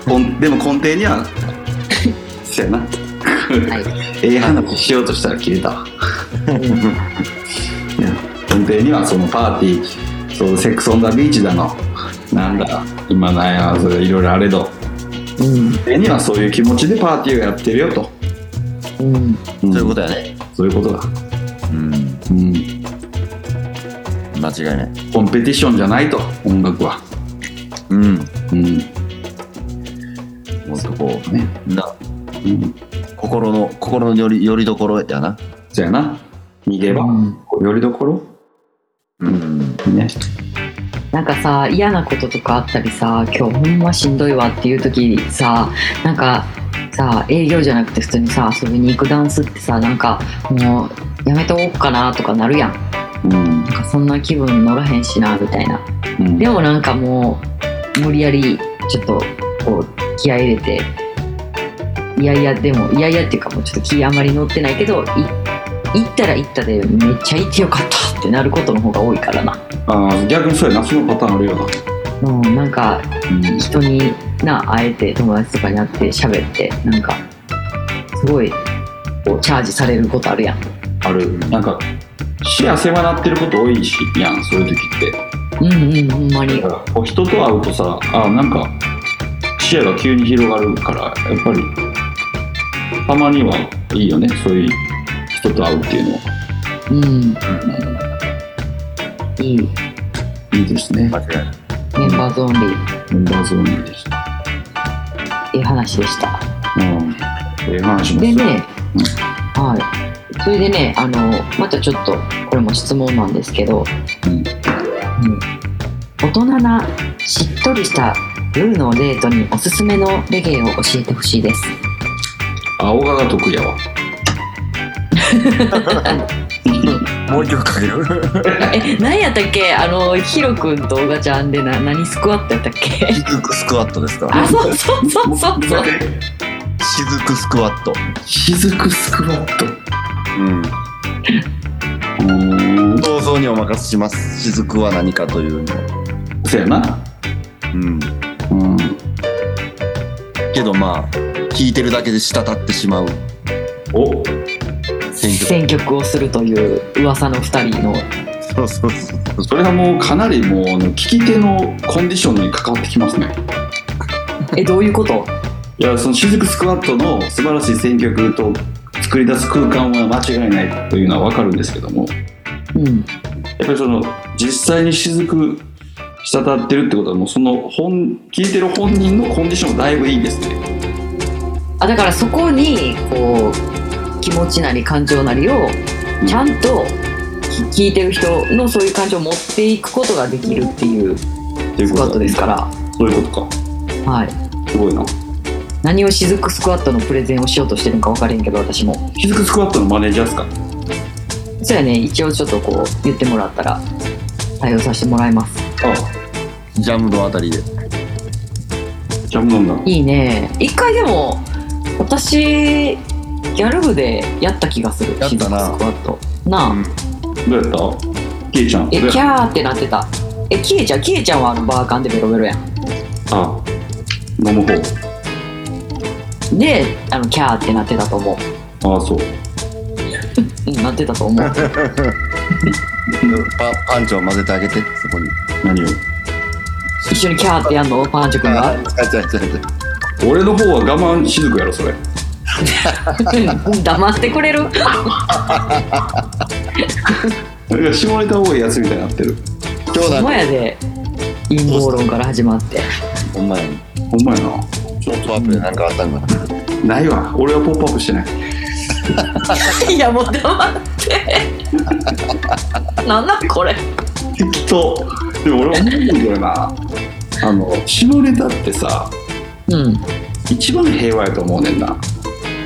こんでも根底にはそうやなはいええ話しようとしたら切れたわいや根底にはそのパーティーそのセックス・オン・ザ・ビーチだのなんだ今なんやそれいろいろあれどうん根底にはそういう気持ちでパーティーをやってるよと、うんうんそういうことやね。そういうことだ、うん。うん、間違いない。コンペティションじゃないと音楽はうん。うんねもっとこう、な、うん心の、心のより、よりどころやな。そうやな逃げ場、よりどころうん。ねなんかさ嫌なこととかあったりさ今日ほんましんどいわっていう時さなんかさ営業じゃなくて普通にさ遊びに行くダンスってさなんかもうやめとこうかなとかなるやんうんなんかそんな気分乗らへんしなみたいなうんでもなんかもう無理やりちょっとこう気合い入れていやいやでもいやいやっていうかもうちょっと気あんまり乗ってないけど行っ行ったら行ったでめっちゃ行ってよかったってなることの方が多いからなあー逆にそうやなそのパターンあるよな、うんなんかうん人にな会えて友達とかに会って喋ってなんかすごいこうチャージされることあるやんあるなんか視野狭なってること多いしやんそういう時ってうんうんほんまにだからこう人と会うとさあなんか視野が急に広がるからやっぱりたまにはいいよねそういう人と会うっていうのは、うんいいいいですね間違いない。メンバーズオンリーっメンバーゾーンにでしたていう話でしたうんええ話もすでるね、うんはい。それでね、あの、またちょっと、これも質問なんですけど、うんうん大人なしっとりした夜のデートにおすすめのレゲエを教えてほしいです。青がが得意やわもう一曲かける え、何やったっけあの、ヒロ君とオガちゃんでな、何スクワットやったっけ 雫スクワットですかあ、そうそうそうそうそう。雫スクワット。雫スクワットうん。うーん想像にお任せします。雫は何かというのを。そうやなうん。うんけどまあ、聞いてるだけで滴ってしまうお選挙。選曲をするという噂の二人の。そうそうそう。それはもうかなりもうあの聞き手のコンディションに関わってきますねえ、どういうこといやその雫スクワットの素晴らしい選曲と作り出す空間は間違いないというのは分かるんですけどもうやん。っぱりその実際に雫滴ってるってことはもうその本聞いてる本人のコンディションがだいぶいいですねあだからそこにこう気持ちなり感情なりをちゃんと聞いてる人のそういう感情を持っていくことができるっていうというスこクワッとトですからら、そういうことかはい、すごいな何を雫スクワットのプレゼンをしようとしてるのか分かれへんけど私も雫スクワットのマネージャーですかそうやね一応ちょっとこう言ってもらったら対応させてもらいますあジャムのあたりで。ジャム飲んだいいね一回でも私ギャル部でやった気がするやったな雫スクワットなあ、うんどうやったケイちゃんえどうやキャーったってなってたえキエちゃんキエちゃんはあのバーカンでベロベロやんあ飲む方であのキャーってなってたと思う、ああそううん、なってたと思うパパンチを混ぜてあげて、そこに。何を一緒にキャーってやんのパンチョ君 が違う違う違う。俺の方は我慢しずくやろそれ黙ってくれるいや下ネタ多いやつみたいになってる今日ほなんんまか、やで陰謀論から始まってほんまやね。ほんまやポップアップでなんかあったんかな。なないわ俺はポップアップしてない いやもう黙って なんなんこれ適当でも俺は思うんだよなあの下ネタってさうん一番平和やと思うねんな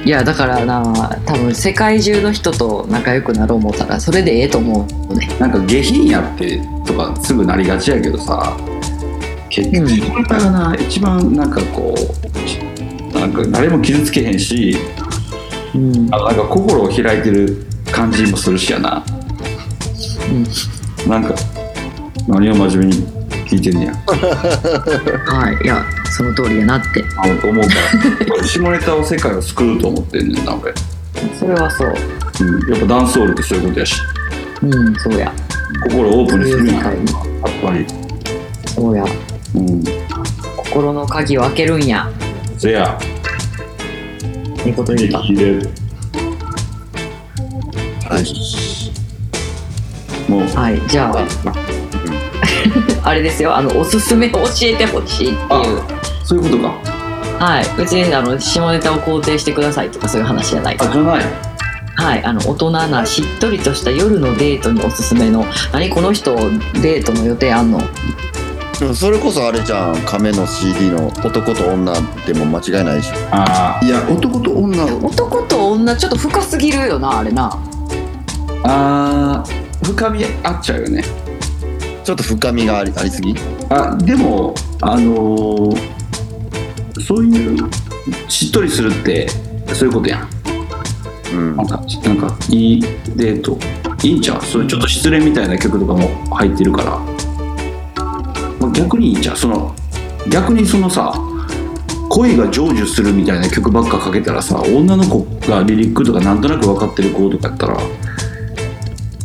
いやだからな多分世界中の人と仲良くなろう思ったらそれでええと思うねなんか下品やってとかすぐなりがちやけどさ結うん局下ネタがな一番なんかこうなんか誰も傷つけへんしうんあなんか心を開いてる感じもするしやな、なんか何を真面目に聞いてんねやはいいやその通りやなって思うから下ネタを世界を救うと思ってんねんな俺、それはそううん、やっぱダンスホールってそういうことやしうんそうや心をオープンにするんややそうっいう世ぱりそうやうん心の鍵を開けるんやせやいいこと言うた激励はい。もうはい、じゃあ、あれですよ、あの、おすすめを教えてほしいっていう。あそういうことかはい、別に、あの、下ネタを肯定してくださいとか、そういう話じゃない。あじゃないはい、あの、大人なしっとりとした夜のデートにおすすめの。何、この人、デートの予定あんの。でもそれこそあれじゃん、亀の CD の男と女でも間違いないでしょ。あいや、男と女男と女、ちょっと深すぎるよな、あれな。ーあー深みあっちゃうよねちょっと深みがありありすぎあでもあのー、そういうしっとりするってそういうことやんうんまたなんかいいデートいいんちゃうそういうちょっと失恋みたいな曲とかも入ってるから、まあ逆にいいんちゃうその逆にそのさ恋が成就するみたいな曲ばっかかけたらさ女の子がリリックとかなんとなく分かってる子とかやったら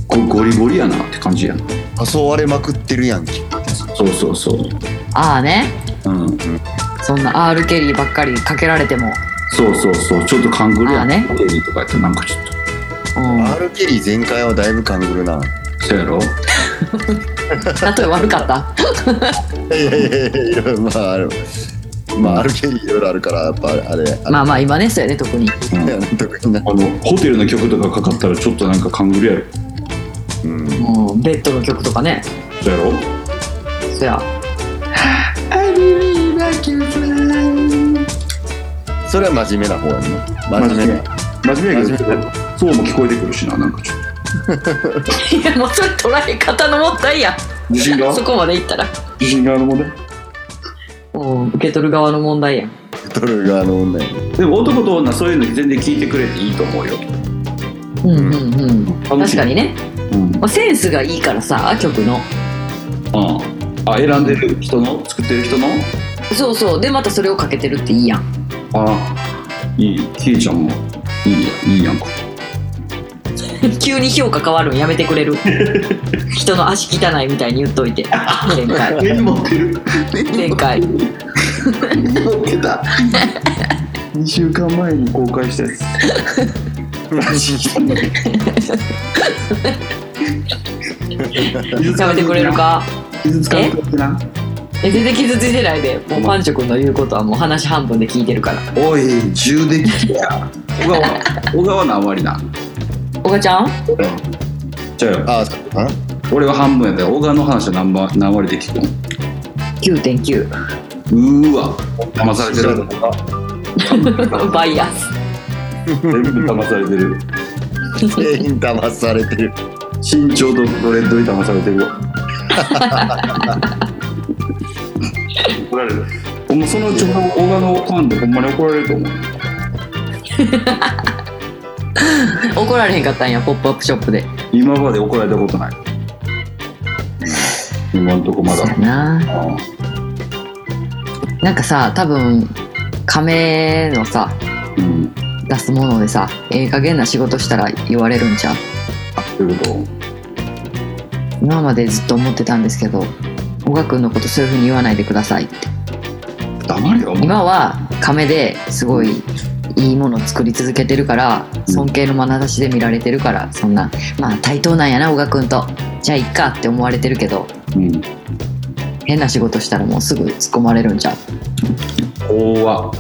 これゴリゴリやなって感じやん誘われまくってるやんけそうそうそうああねうんそんな R ・ケリーばっかりかけられても、そうそうそうちょっとカングルーやんあーねテレビとかやったらなんかちょっうん、 R ケリー全開はだいぶ勘ぐるなとそうやろ例え悪かったいやいやいやいろいろまああるまあ R ケリーいろいろあるからやっぱあれあれまあまあ今ねそうやね特にうんやな特になあのホテルの曲とかかかったらちょっとなんかカングルやろうんもうベッドの曲とかねそうやろそやそれは真面目な方やんな真面目な真面目やけどそうも聞こえてくるしななんかちょっといやもうそれ捉え方の問題や自信がそこまでいったら自信があるもんねもう受け取る側の問題やトルガーの女やでも男と女そういうの全然聞いてくれていいと思うようんうんうん楽確しいかにね、うん、うんまあ、センスがいいからさ曲のあ選んでる人の作ってる人のそうそうでまたそれをかけてるっていいやん あいいキイちゃんもいいや いいやんか急に評価変わるんやめてく れる人の足汚いみたいに言っといて前回目持ってる前回 目持ってた2週間前に公開したやつやめてくれるか傷つかなくなってなえ全然傷ついてないでもうパンチョ君の言うことはもう話半分で聞いてるからおい銃で聞けや小川小川のあまりなおがちゃんじゃあああそうかな俺は半分やったよ小川の話は何ば何割で聞く9.9んうーわ騙されてる バイアス全部騙されてる全員騙されてる身長とドレッドに騙されてるわ怒られるほんまそのうち小川のファンでほんまに怒られると思う怒られへんかったんやポップアップショップで今まで怒られたことない今んとこまだそうやなあなんかさ多分亀のさあうん出すものでさええ加減な仕事したら言われるんちゃうということ今までずっと思ってたんですけど小賀君のことそういうふうに言わないでくださいって黙れよお前今は亀ですごいいいものを作り続けてるから尊敬の眼差しで見られてるからそんなまあ対等なんやな小賀君とじゃあいっかって思われてるけどうん変な仕事したらもうすぐ突っ込まれるんちゃう怖っ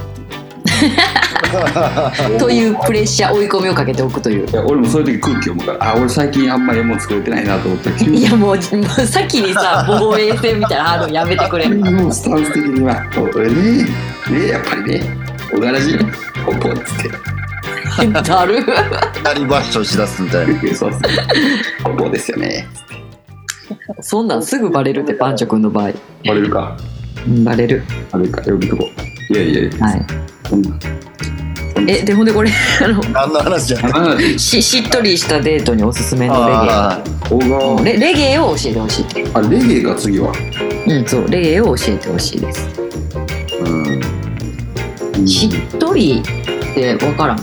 というプレッシャー追い込みをかけておくといういや俺もそういう時空気読むからあ俺最近あんまりも作れてないなと思ったら急いにやもうもう先にさ防衛戦みたいなのあるのやめてくれもうスタンス的には俺ねねやっぱりね小柄じポンポンっつっだる二人バッションしだすみたいなてそうっすねポンポンですよねそんなんすぐバレるってパンチョ君の場合バレるかうんバレるバレるか呼びとこういやいやいやはいそんなえでほんでこれあの何の話じゃんあししっとりしたデートにおすすめのあ小川レゲエレレゲエを教えてほしいってあレゲエか次はうんそうレゲエを教えてほしいですーうんしっとりって分からん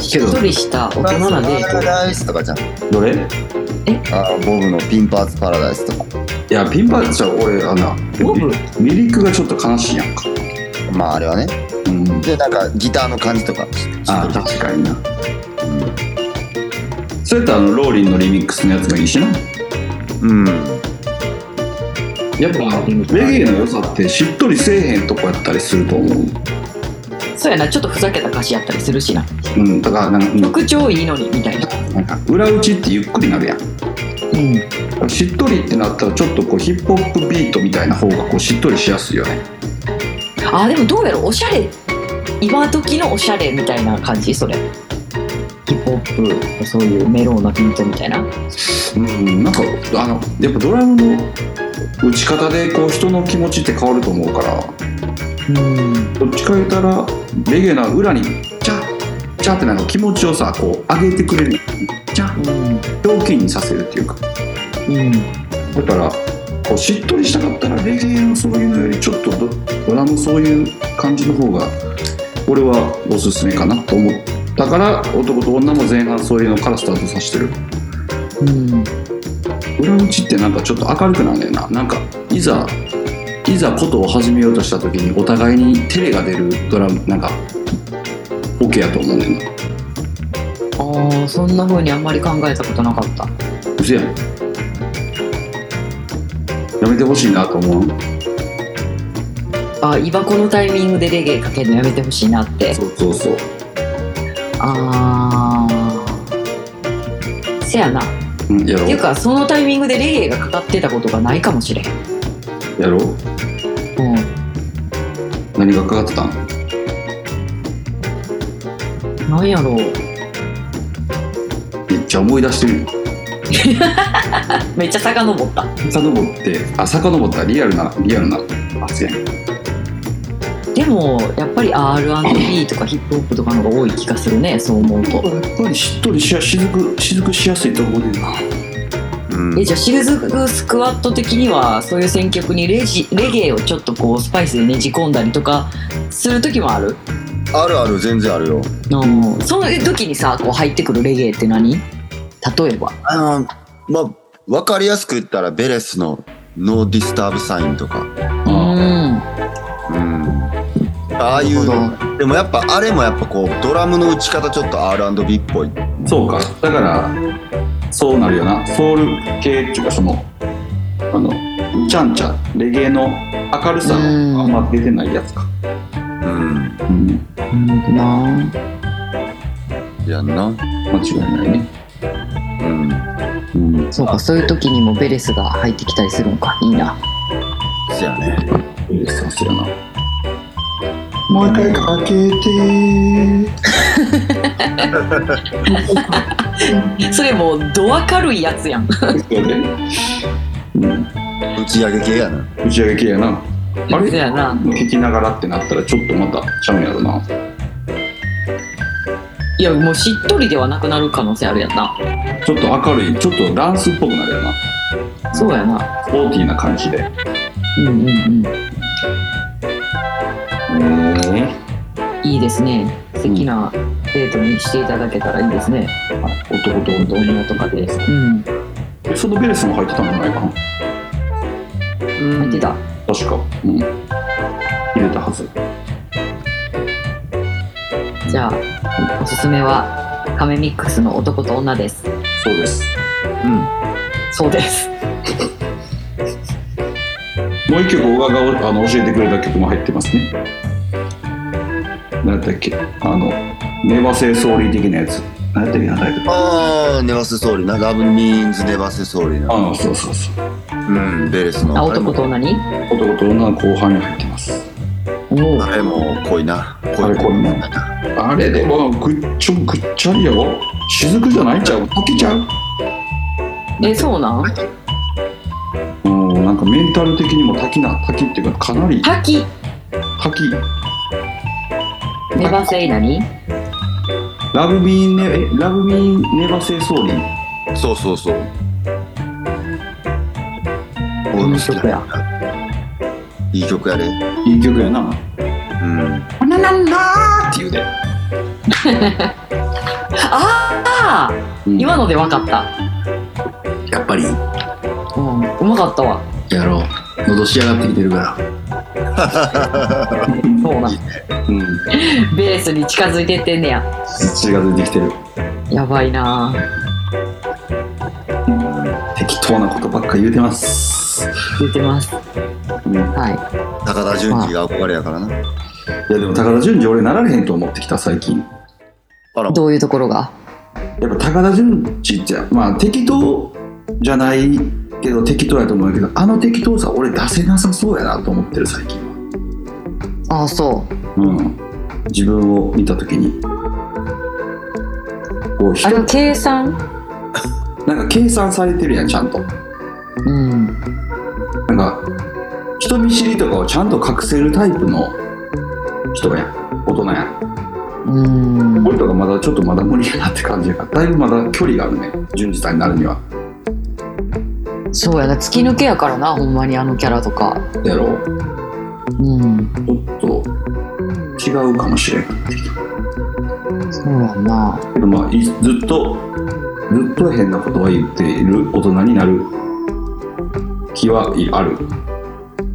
しっとりした大人なデパラーダイスとかじゃんどれいあボブのピンパーズパラダイスとかやピンパーじゃあ俺あのボブミリックがちょっと悲しいやんかまああれはねうんでなんかギターの感じとかあー確かになうんそれとあのローリンのリミックスのやつがいいしなうんやっぱレゲエの良さってしっとりせえへんとこやったりすると思うトそうやなちょっとふざけた歌詞やったりするしなうんだからなんかうん特徴いいのにみたいななんか裏打ちってゆっくりなるやんうんしっとりってなったらちょっとこうヒップホップビートみたいな方がこうしっとりしやすいよねあでもどうやろおしゃれ今時のおしゃれみたいな感じそれヒップホップそういうメローなビートみたいなうんなんかあのやっぱドラムの打ち方でこう人の気持ちって変わると思うからうんどっちか言ったらレゲエな裏にチャッチャチャーってなんか気持ちをさこう上げてくれるチャー表現にさせるっていうかうんだからこうしっとりしたかったらレゲエのそういうのよりちょっとドドラムそういう感じの方が俺はおすすめかなと思ったから男と女も前半そういうのからスタートさせてるうん裏打ちってなんかちょっと明るくなんだよななんかいざいざことを始めようとした時にお互いに照れが出るドラムなんかオケやと思うねんなああそんな風にあんまり考えたことなかったうやんやめてほしいなと思うあ今このタイミングでレゲエかけるのやめてほしいなってそうそうそうああせやなっうんやろてういうかそのタイミングでレゲエがかかってたことがないかもしれんやろううん何がかかってたんなんやろうめっちゃ思い出してるよめっちゃ遡った遡ってあ遡ったリアルなリアルなあせやんでもやっぱり R&B とかヒップホップとかの方が多い気がするねそう思うとやっぱりしっとりしやしずくしずくしやすいと思うねんなうんえじゃあシルズグスクワット的にはそういう選曲にレジレゲエをちょっとこうスパイスでねじ込んだりとかする時もあるあるある全然あるようんその時にさこう入ってくるレゲエって何例えばあのまあ分かりやすく言ったらベレスの「ノーディスターブサイン」とかうんうんああいうなるのでもやっぱあれもやっぱこうドラムの打ち方ちょっと R&B っぽいそうかだからそうなるよなソウル系っていうかそのあのちゃんちゃんレゲエの明るさがあんま出てないやつかうんうんうんなやんな間違いないねうんうんそうかそういう時にもベレスが入ってきたりするのかいいなそやねいいですさすがなもう一回かけてーそれもうド明るいやつやんそうだねうん打ち上げ系やな打ち上げ系やなあれそうやな聞きながらってなったらちょっとまたちゃうんやろないやもうしっとりではなくなる可能性あるやんなちょっと明るいちょっとダンスっぽくなるよなそうやなスポーティーな感じでうんうんうんうんいいですね。素敵なデートにしていただけたらいいですね。男とどういうのとかで。うん。そのベレスも入ってたんじゃないかな入ってた。確かうん入れたはずじゃあ、おすすめは、カメミックスの男と女です。そうですうんそうです。もう一曲小川があの教えてくれた曲も入ってますね何だっけあのネバセ総理的なやつ何やったっけなタイトルああネバスソーリーなラブミーンズネバスソーリーなああそうそうそううんベレスのあ、男と女に男と女の後半に入ってますおうあれも濃いなあれ濃いなあれでもぐっちょぐっちゃりよ雫じゃないんちゃう溶けちゃうえ、そうなんうんなんかメンタル的にも滝な滝っていうかかなりタキ、滝ネバセイ何ラグビーネえラグビーネバセ総理そうそうそういい曲やいい曲やねいい曲やなうん「ななな」って言うで、ああうん今のでわかった。やっぱりうん、うまかったわ。やろう戻し上がってきてるからそうな。うんベースに近づいてってんねや。血が出てきてるやばいな適当なことばっか言うてます、言ってます。うん、いやは高田純次が憧れやからなでも高田純次俺なられへんと思ってきた最近あらい。どういうところがやっぱ高田純次ってまあ適当じゃないけど適当やと思うけどあの適当さ俺出せなさそうやなと思ってる最近はああ、そう。うん自分を見た時にこう人あれは計算なんか計算されてるやんちゃんとうん。なんか人見知りとかをちゃんと隠せるタイプの人やん大人やんうん俺とかまだちょっとまだ無理やなって感じやからだいぶまだ距離があるね順次さんになるにはそうやな突き抜けやからなほんまにあのキャラとかやろうんちょっと違うかもしれんそうやんなけどまあいずっとずっと変なことは言っている大人になる気はいある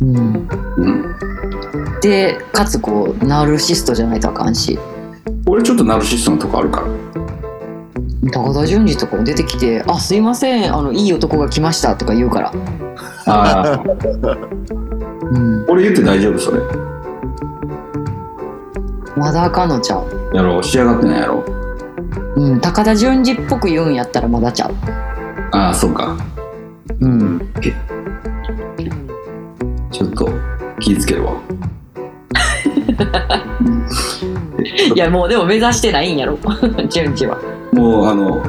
うんうんでかつこうナルシストじゃないとあかんし俺ちょっとナルシストのとこあるから高田純次とかも出てきて「あすいませんあのいい男が来ました」とか言うからああ うん俺言って大丈夫それまだあかんのちゃうやろう仕上がってないやろうん高田純次っぽく言うんやったらまだちゃうああそうかうんちょっと気ぃつけるわいやもうでも目指してないんやろ 純次はもうあの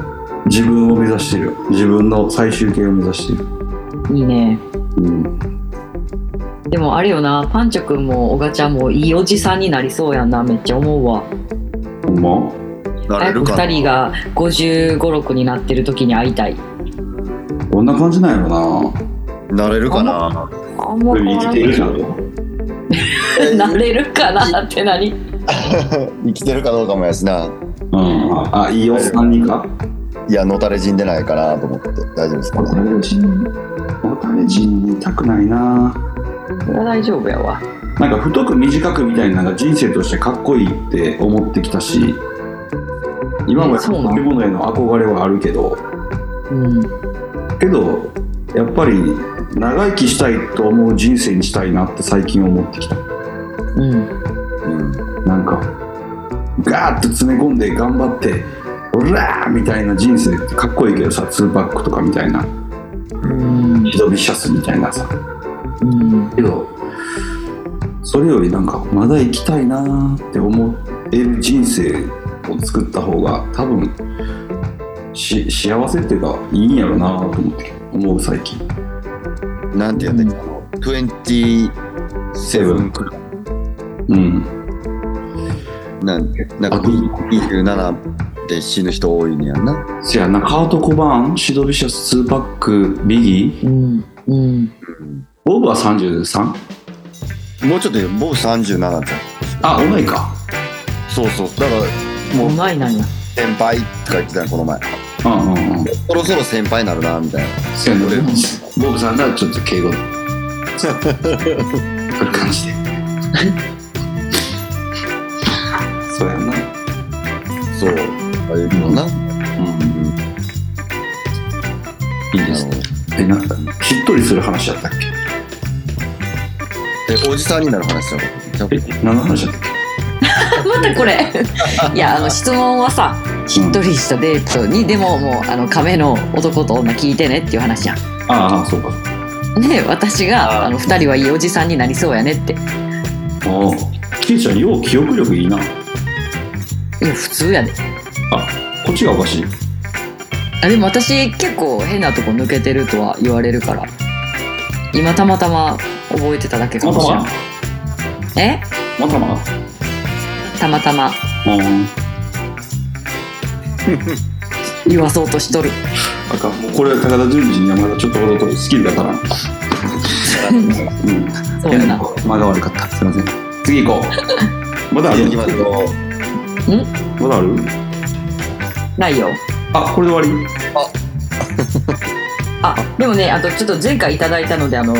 自分を目指してる自分の最終形を目指してるいいねうんでもあれよなパンチョくんもおがちゃんもいいおじさんになりそうやんなめっちゃ思うわほんまなれ早くるかな2人が5 5 6になってる時に会いたいどんな感じなんやろなれるかなあんまな生きてるじゃんなれるかなって何生きてるかどうかもやしなうんああいいおっさんにかいやのたれ死んでないかなと思って大丈夫ですかねれ人おたれ人にいたくないなそれは大丈夫やわなんか太く短くみたいなのが人生としてかっこいいって思ってきたし今もやっぱそうなん食べ物への憧れはあるけどうんけどやっぱり長生きしたいと思う人生にしたいなって最近思ってきたうんうんなんかガーッと詰め込んで頑張ってオラーみたいな人生ってかっこいいけどさ2パックとかみたいなうんヒドビシャスみたいなさうんけどそれよりなんかまだ生きたいなーって思える人生を作った方が多分し幸せっていうかいいんやろなーと思って思う最近なんてやったっけあの27くらいうんなんなんかあいい27で死ぬ人多いねやんなせやなカート・コバーンシドビシャス2パックビギーうんうんボブは 33? もうちょっと言う僕37だったあ同いかそうそうだからもううまいなんや先輩とか言ってたのこの前うんうんうんそろそろ先輩になるなみたいなせやなボブさんがちょっと敬語こういう感じでそうやなそうああいうのな、いいですね。え、なんか、しっとりする話だったっでおじさんになる話だよけえ、何の話だったっまたこれいやあの質問はさしっとりしたデートに、でももうあの亀の男と女聞いてねっていう話やんけああ、そうか。で私があーあの2人はいいおじさんになりそうやねってああ、キイちゃん、よう記憶力いいな。いや普通やであ、こっちがおかしい。あでも私結構変なとこ抜けてるとは言われるから今たまたま覚えてただけかまもたしれまないえまたまあたまたまあ、言わそうとしとるあかん。もうこれ、高田純次にはまだちょっとほどとスキルだからん。うん。そうやな間が悪かった。すいません。次行こう。まだある行きますよまだあるないよあ、これで終わりあでもねあとちょっと前回いただいたのであの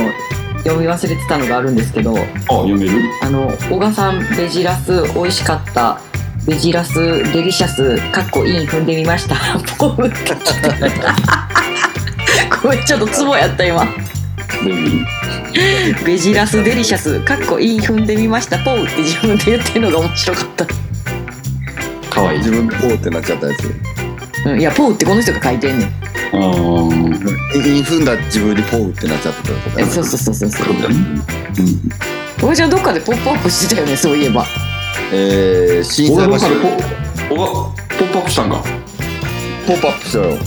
読み忘れてたのがあるんですけどあ、読めるあの小賀さんベジラス美味しかったベジラスデリシャスかっこいい踏んでみましたポーって来てごめんちょっとツボやった今ベビー。ベジラスデリシャスかっこいい踏んでみましたポーって自分で言ってるのが面白かった、かわいい。自分でこうってなっちゃったやつうん、いやポーってこの人が書いてんねんああ。インフンだ自分にポウってなっちゃってたとかえそうそうそうそうそうそうだね。うん。小賀ちゃんどっかでポップアップしてたよねそういえばえー、新俺鮮のな中ポでポ、おが、ポップアップしたんか。ップアップしたよ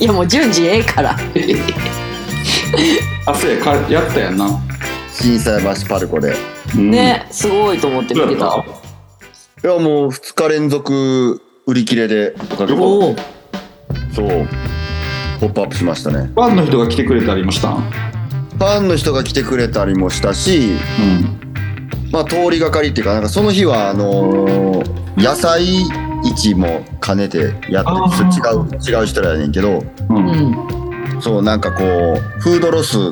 いやもう順次ええからあ、そうや、か、やったやんな。心斎橋パルコでうんね、すごいと思って見てた。いやもう2日連続売り切れでおかげでおお、そうポップアップしましたねファンの人が来てくれたりもしたんファンの人が来てくれたりもしたしうんまあ通りがかりっていうかなんかその日はあのー野菜市も兼ねてやってあー違う違う人らやねんけどううんん、そうなんかこうフードロス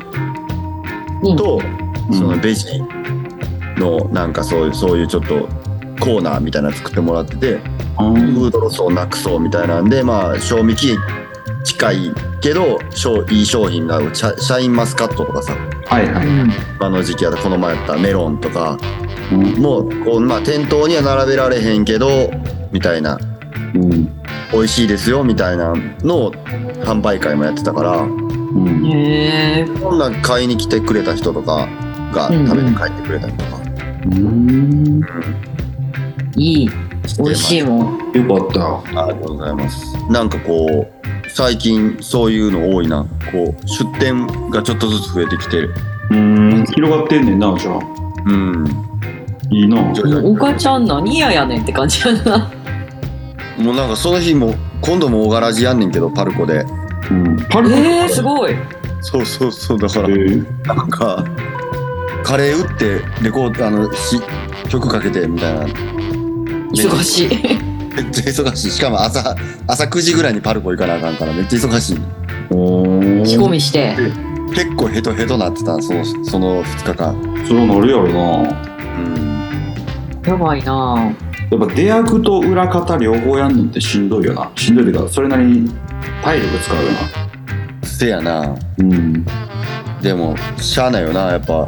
と、うんそのベジのなんかそういうそういうちょっとコーナーみたいなの作ってもらっててうんフードロスをなくそうみたいなんでまあ賞味期限近いけど商いい商品があるシャシャインマスカットとかさはいはうい、ん、あの時期やったこの前やったメロンとかうんもうこう、まあ、店頭には並べられへんけどみたいなうん美味しいですよみたいなのを販売会もやってたからうんへえ、こんなん買いに来てくれた人とかがうんうん食べて帰ってくれたりとか、うんいい、して美ま味しいもん。よかっありがとうございます。なんかこう最近そういうの多いな。こう出店がちょっとずつ増えてきてる。たうん広がってんねんなじゃあうん。いいな徐々におかちゃん何ややねんって感じやな。もうなんかその日も今度も大柄じやんねんけどパルコで。うんパルコええー、すごい。そうそうそうだかえらーなんかカレー打ってレコードあのし曲かけてみたいな。忙しい。めっちゃ忙しい。しかも朝朝9時ぐらいにパルコ行かなあかんからめっちゃ忙しい。おー仕込みして。結構ヘトヘトなってたそのその2日間。それなるやろなうん。やばいなやっぱ出役と裏方両方やんのってしんどいよなしんどいけどそれなりに体力使うよなせやな。うんでもしゃあないよなやっぱこ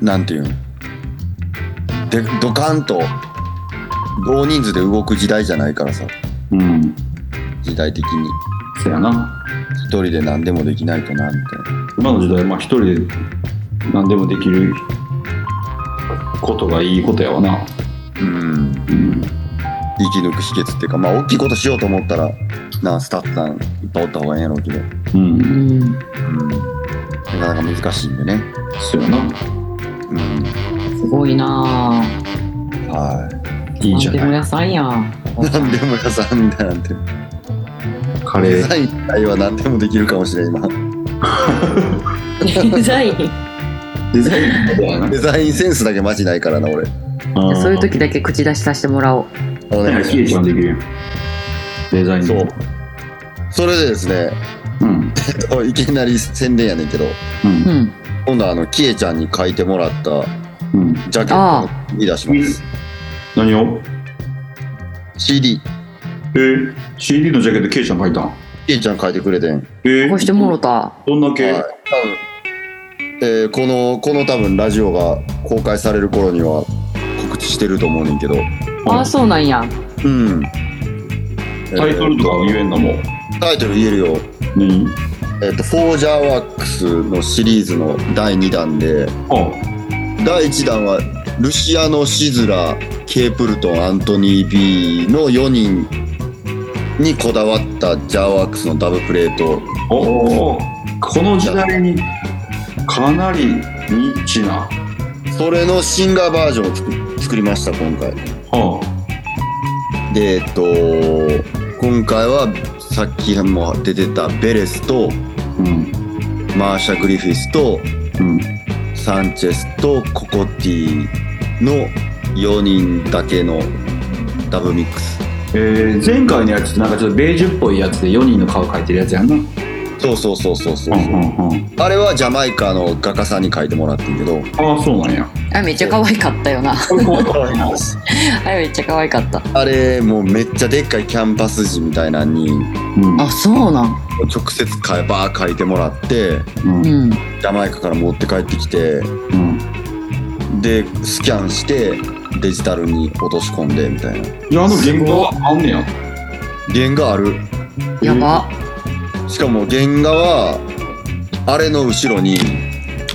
うなんていうんでドカンと大人数で動く時代じゃないからさうん時代的にそやな一人で何でもできないとなみたいな今の時代まあ一人で何でもできることがいいことやわなうんうん生き抜く秘訣っていうかまあ大きいことしようと思ったらなスタッフさんいっぱいおった方がええんやろうけどうんううんん。なかなか難しいんでねそやなうんすごいなぁ。はいいいじゃでもない屋さんやん。 何でも屋さんみたいなんてカデレーザイン以外は何でもできるかもしれん今デザイン。デザインみたいなデザインセンスだけマジないからな俺あーそういう時だけ口出しさせてもらおう。おだか願らいキしまレイすちゃんできるやんデザインそうそれでですね、うんえっといきなり宣伝やねんけど、うんうん。今度はあの、キエちゃんに書いてもらったうんジャケットを見出します。何を CD、えー、CD のジャケットケイちゃん書いたんキエちゃん書いてくれてん。えこうしてもろた。どんだけ、はいえーこの、この多分ラジオが公開される頃には告知してると思うねんけど、うんああ、そうなんや。うん。タイトルとかは言えんのもえータイトル言えるよ。何えっ、と、フォージャーワックスのシリーズの第2弾で、あ第1弾はルシアノ・シズラケープルトンアントニー・ビーの4人にこだわったジャーワックスのダブプレートおおこの時代にかなりニッチな、それのシンガーバージョンを作作りました今回はでえっと今回はさっきも出てたベレスとあ、うんマーシャ・グリフィスとうんサンチェスとココティの4人だけのダブミックスえー、前回のやつってなんかちょっとベージュっぽいやつで4人の顔描いてるやつやんな、うんそうそうそうそうそう、うんうん、あれはジャマイカの画家さんに描いてもらってんけどああそうなんやあめっちゃ可愛かったよな。これ怖かったなあれめっちゃ可愛かった。あれもうめっちゃでっかいキャンパス地みたいなのにうんあ、そうなん。直接かバー描いてもらってうんうん。ジャマイカから持って帰ってきてうんでスキャンしてデジタルに落とし込んでみたいないやあの原画はあんねや原画あるやば。しかも原画はあれの後ろに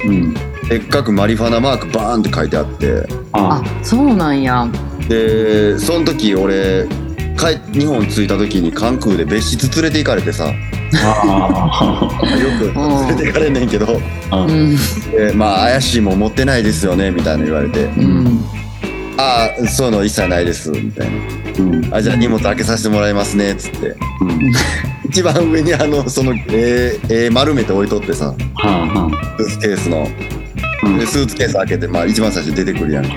うんでっかくマリファナマークバーンって書いてあってああ、そうなんや。でその時俺帰日本着いた時に関空で別室連れて行かれてさあよく連れてかれんねんけど、あうんでまあ怪しいもん持ってないですよねみたいな言われてうんああそういうの一切ないですみたいなうんあじゃあ荷物開けさせてもらいますねっつってうん一番上にあのそのえーえー丸めて置いとってさはあはスーツケースのあうんでスーツケース開けて、まあ、一番最初に出てくるやん か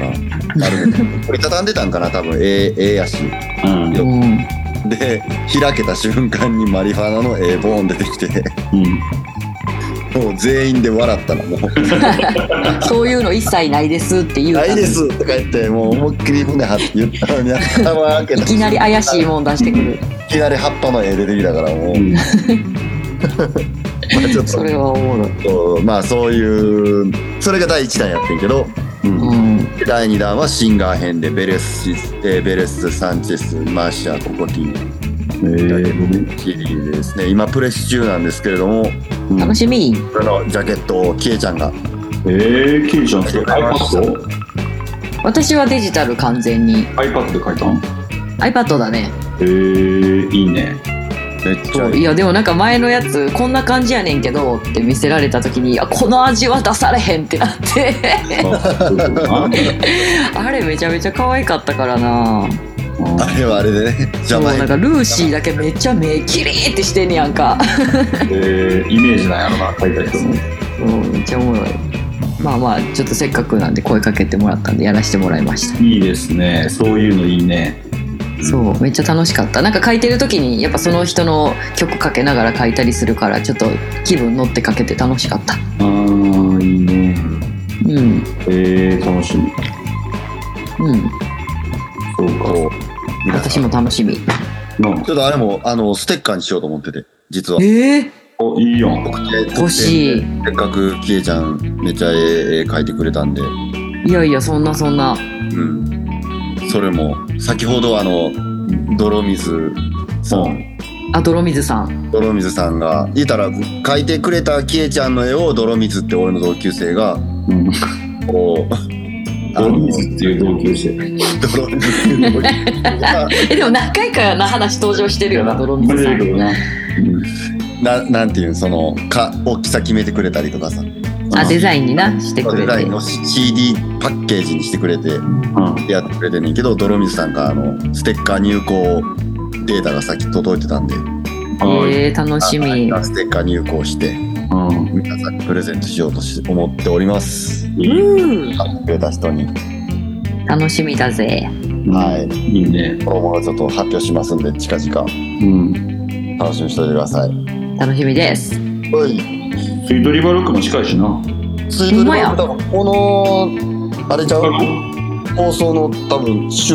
丸めて折りたたんでたんかな多分えー、えー、やしうんうんで開けた瞬間にマリファナのえー、ボーン出てきてうんもう全員で笑ったのもうそういうの一切ないですって言うたないですとか言って、もう思いっきり船張って言ったのに、頭開けたいきなり怪しいもん出してくるいきなり葉っぱの絵出てきたから、もう、うんまあちょっそとれはおもろい、 そう、まあそういう、それが第1弾やってんけど、うんうん、第2弾はシンガー編で、ベレスシス、えーベレス、サンチェス、マーシャ、ココティ、えキリーですね、今プレス中なんですけれども、うん楽しみあのジャケットをキエちゃんが、えー、キリちゃん、それ iPad? 私はデジタル完全に iPad で書いたん iPad だねえー、いいね。めっちそゃういやでもなんか前のやつこんな感じやねんけどって見せられた時にあこの味は出されへんってなって ああれめちゃめちゃ可愛かったからなあれはあれでね、そ邪う魔なんやかルーシーだけめっちゃ目キリーってしてんねやんか、えー、イメージなんやろな、書いた人も。うん、めっちゃおもろいまあまあちょっとせっかくなんで声かけてもらったんでやらせてもらいましたいいですね、そういうのいいね。そうめっちゃ楽しかったなんか書いてる時にやっぱその人の曲かけながら書いたりするからちょっと気分乗ってかけて楽しかったあー、いいね。うんえー、楽しみ。うんそうか。私も楽しみなちょっとあれも、あの、ステッカーにしようと思ってて、実は。えー、あ、いいやん。欲欲しいせっかくキエちゃんめっちゃ絵絵描いてくれたんで、う、いやいやそんなそんなんそれも先ほどあの泥水さん、あ泥水さん泥水さんが言ったら描いてくれたキエちゃんの絵を泥水って俺の同級生がうん。こうあ ドのロミズっていう同級生。泥水っていう 同級生がえでも何回かな話登場してるよな泥水さ出てんくるな。ななんていうそのか大きさ決めてくれたりとかさあデザインになしてくデれザイてンの CD パッケージにしてくれてうん。やってくれてんねんけど泥水さんがあのステッカー入稿データがさっき届いてたんで。はい。えー、楽しみステッカー入稿してうん。。皆さんにプレゼントしようとし思っておりますうんくれた人に楽しみだぜはいいいね。このものちょっと発表しますんで近々うん。楽しみにしておいてください楽しみですはいスイートリバーロックも近いしな。ツイーほトんまでやも多分このあれちゃう放送の多分週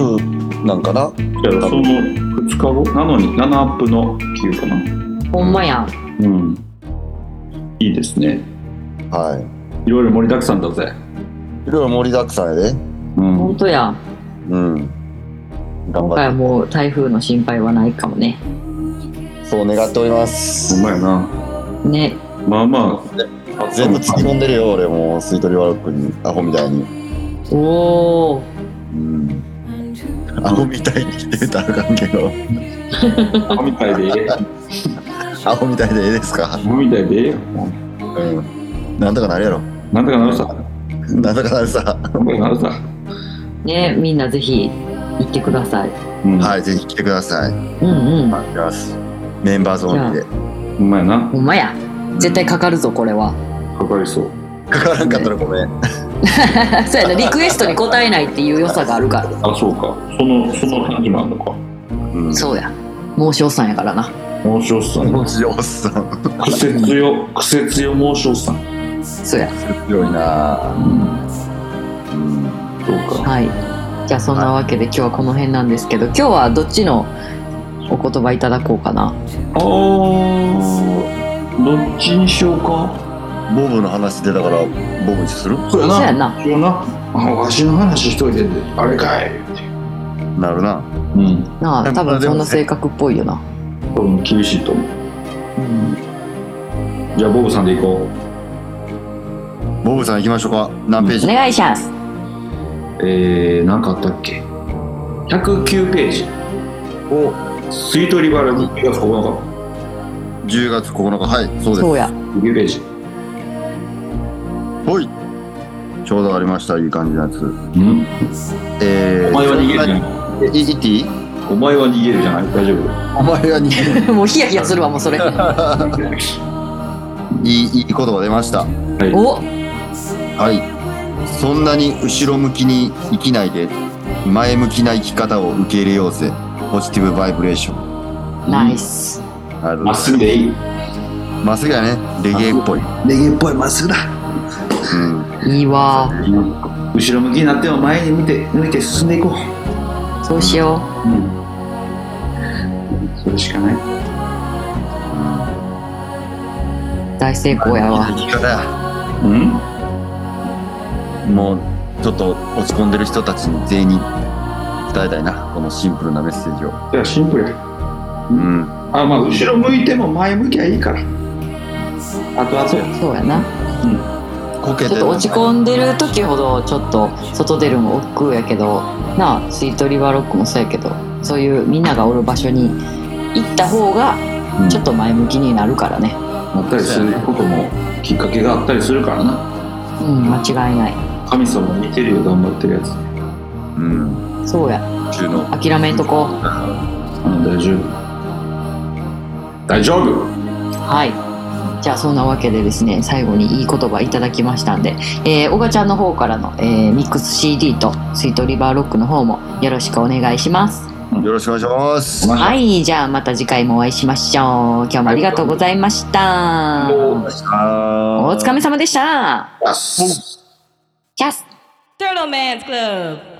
なんかなじゃあその2日後なのに7アップの9かなほんまやんうんいいですねはいいろいろ盛りだくさんだぜいろいろ盛りだくさんやでうん本当やんうん頑今回張はもう台風の心配はないかもねってそう願っておりますほんまやなねまあまあ全部突き込んでるよ俺もうスイートリワロックにアホみたいにおおうんアホみたいにって言うたらあかんけどアホみたいでええアホみたいでええですかアホみたいでええようんなんとかなるやろなんとかなるさなんとかなるさなんとかなるさねみんなぜひ行ってくださいうんはい、ぜひ来てください。うんうん待ってます。メンバーゾーンで。ほんまやなほんまや絶対かかるぞこれ はかかりそうかからんかったらごめん。そうやなリクエストに応えないっていう良さがあるからあそうかそのその日もあるのかうん。そうや猛暑さんやからな猛暑さんもしおっさん。癖強癖強猛暑さんそうや強いなうんうん。そうかはい。じゃあそんなわけで今日はこの辺なんですけど、今日はどっちのお言葉いただこうかな。あーどっちにしようかボブの話出たから、ボブにするそうやな。そうやなそうやなあわしの話しといてってあれかい。なるな。うん。なであ、も多分そんな性格っぽいよな。多分厳しいと思う。うん。じゃあ、ボブさんで行こボブさん行きましょうか。何ペーおジ願いします。う。えー、なんかあったっけ ?109 ページ。おスイートリバルに気がつかなかっ10月9日はいそうですそうや。ビューページ。ほいちょうどありましたいい感じのやつうんえー、お前は逃げるじゃいないいいっていいお前は逃げるじゃない大丈夫お前は逃げるもうヒヤヒヤするわ、もうそ れ。いいいい言葉出ましたおはいそんなに後ろ向きに生きないで前向きな生き方を受け入れようぜポジティブバイブレーションナイス。あるまっすぐでいいまっすぐやねレゲエっぽいレゲエっぽいまっすぐだ。うんいいわ。後ろ向きになっても前に向いて向いて進んでいこうそうしよ。うんそれしかないう大成功やわ。生き方やうんもうちょっと落ち込んでる人たちに全員に伝えたいなこのシンプルなメッセージをいやシンプルやうんあまあ後ろ向いても前向きゃいいからあとあとやそうやな。こけちょてっと落ち込んでる時ほど、ちょっと外出るも億劫やけど、なあ、スイートリバーロックもそうやけど、そういうみんながおる場所に行った方が、ちょっと前向きになるからね。なったりすることもきっかけがあったりするからなうん、間違いない。神様似てるよ頑張ってるやつううんそうや。中の諦めんとこ。ん大丈夫大丈夫はい。じゃあそんなわけでですね、最後にいい言葉いただきましたんで、えー、小賀ちゃんの方からの、えーミックス CD とスイートリバーロックの方もよろしくお願いします。よろしくお願いしますはい、じゃあまた次回もお会いしましょう。今日もありがとうございました。おお疲れ様でした。 Yes. キャス Turtle Man's Club.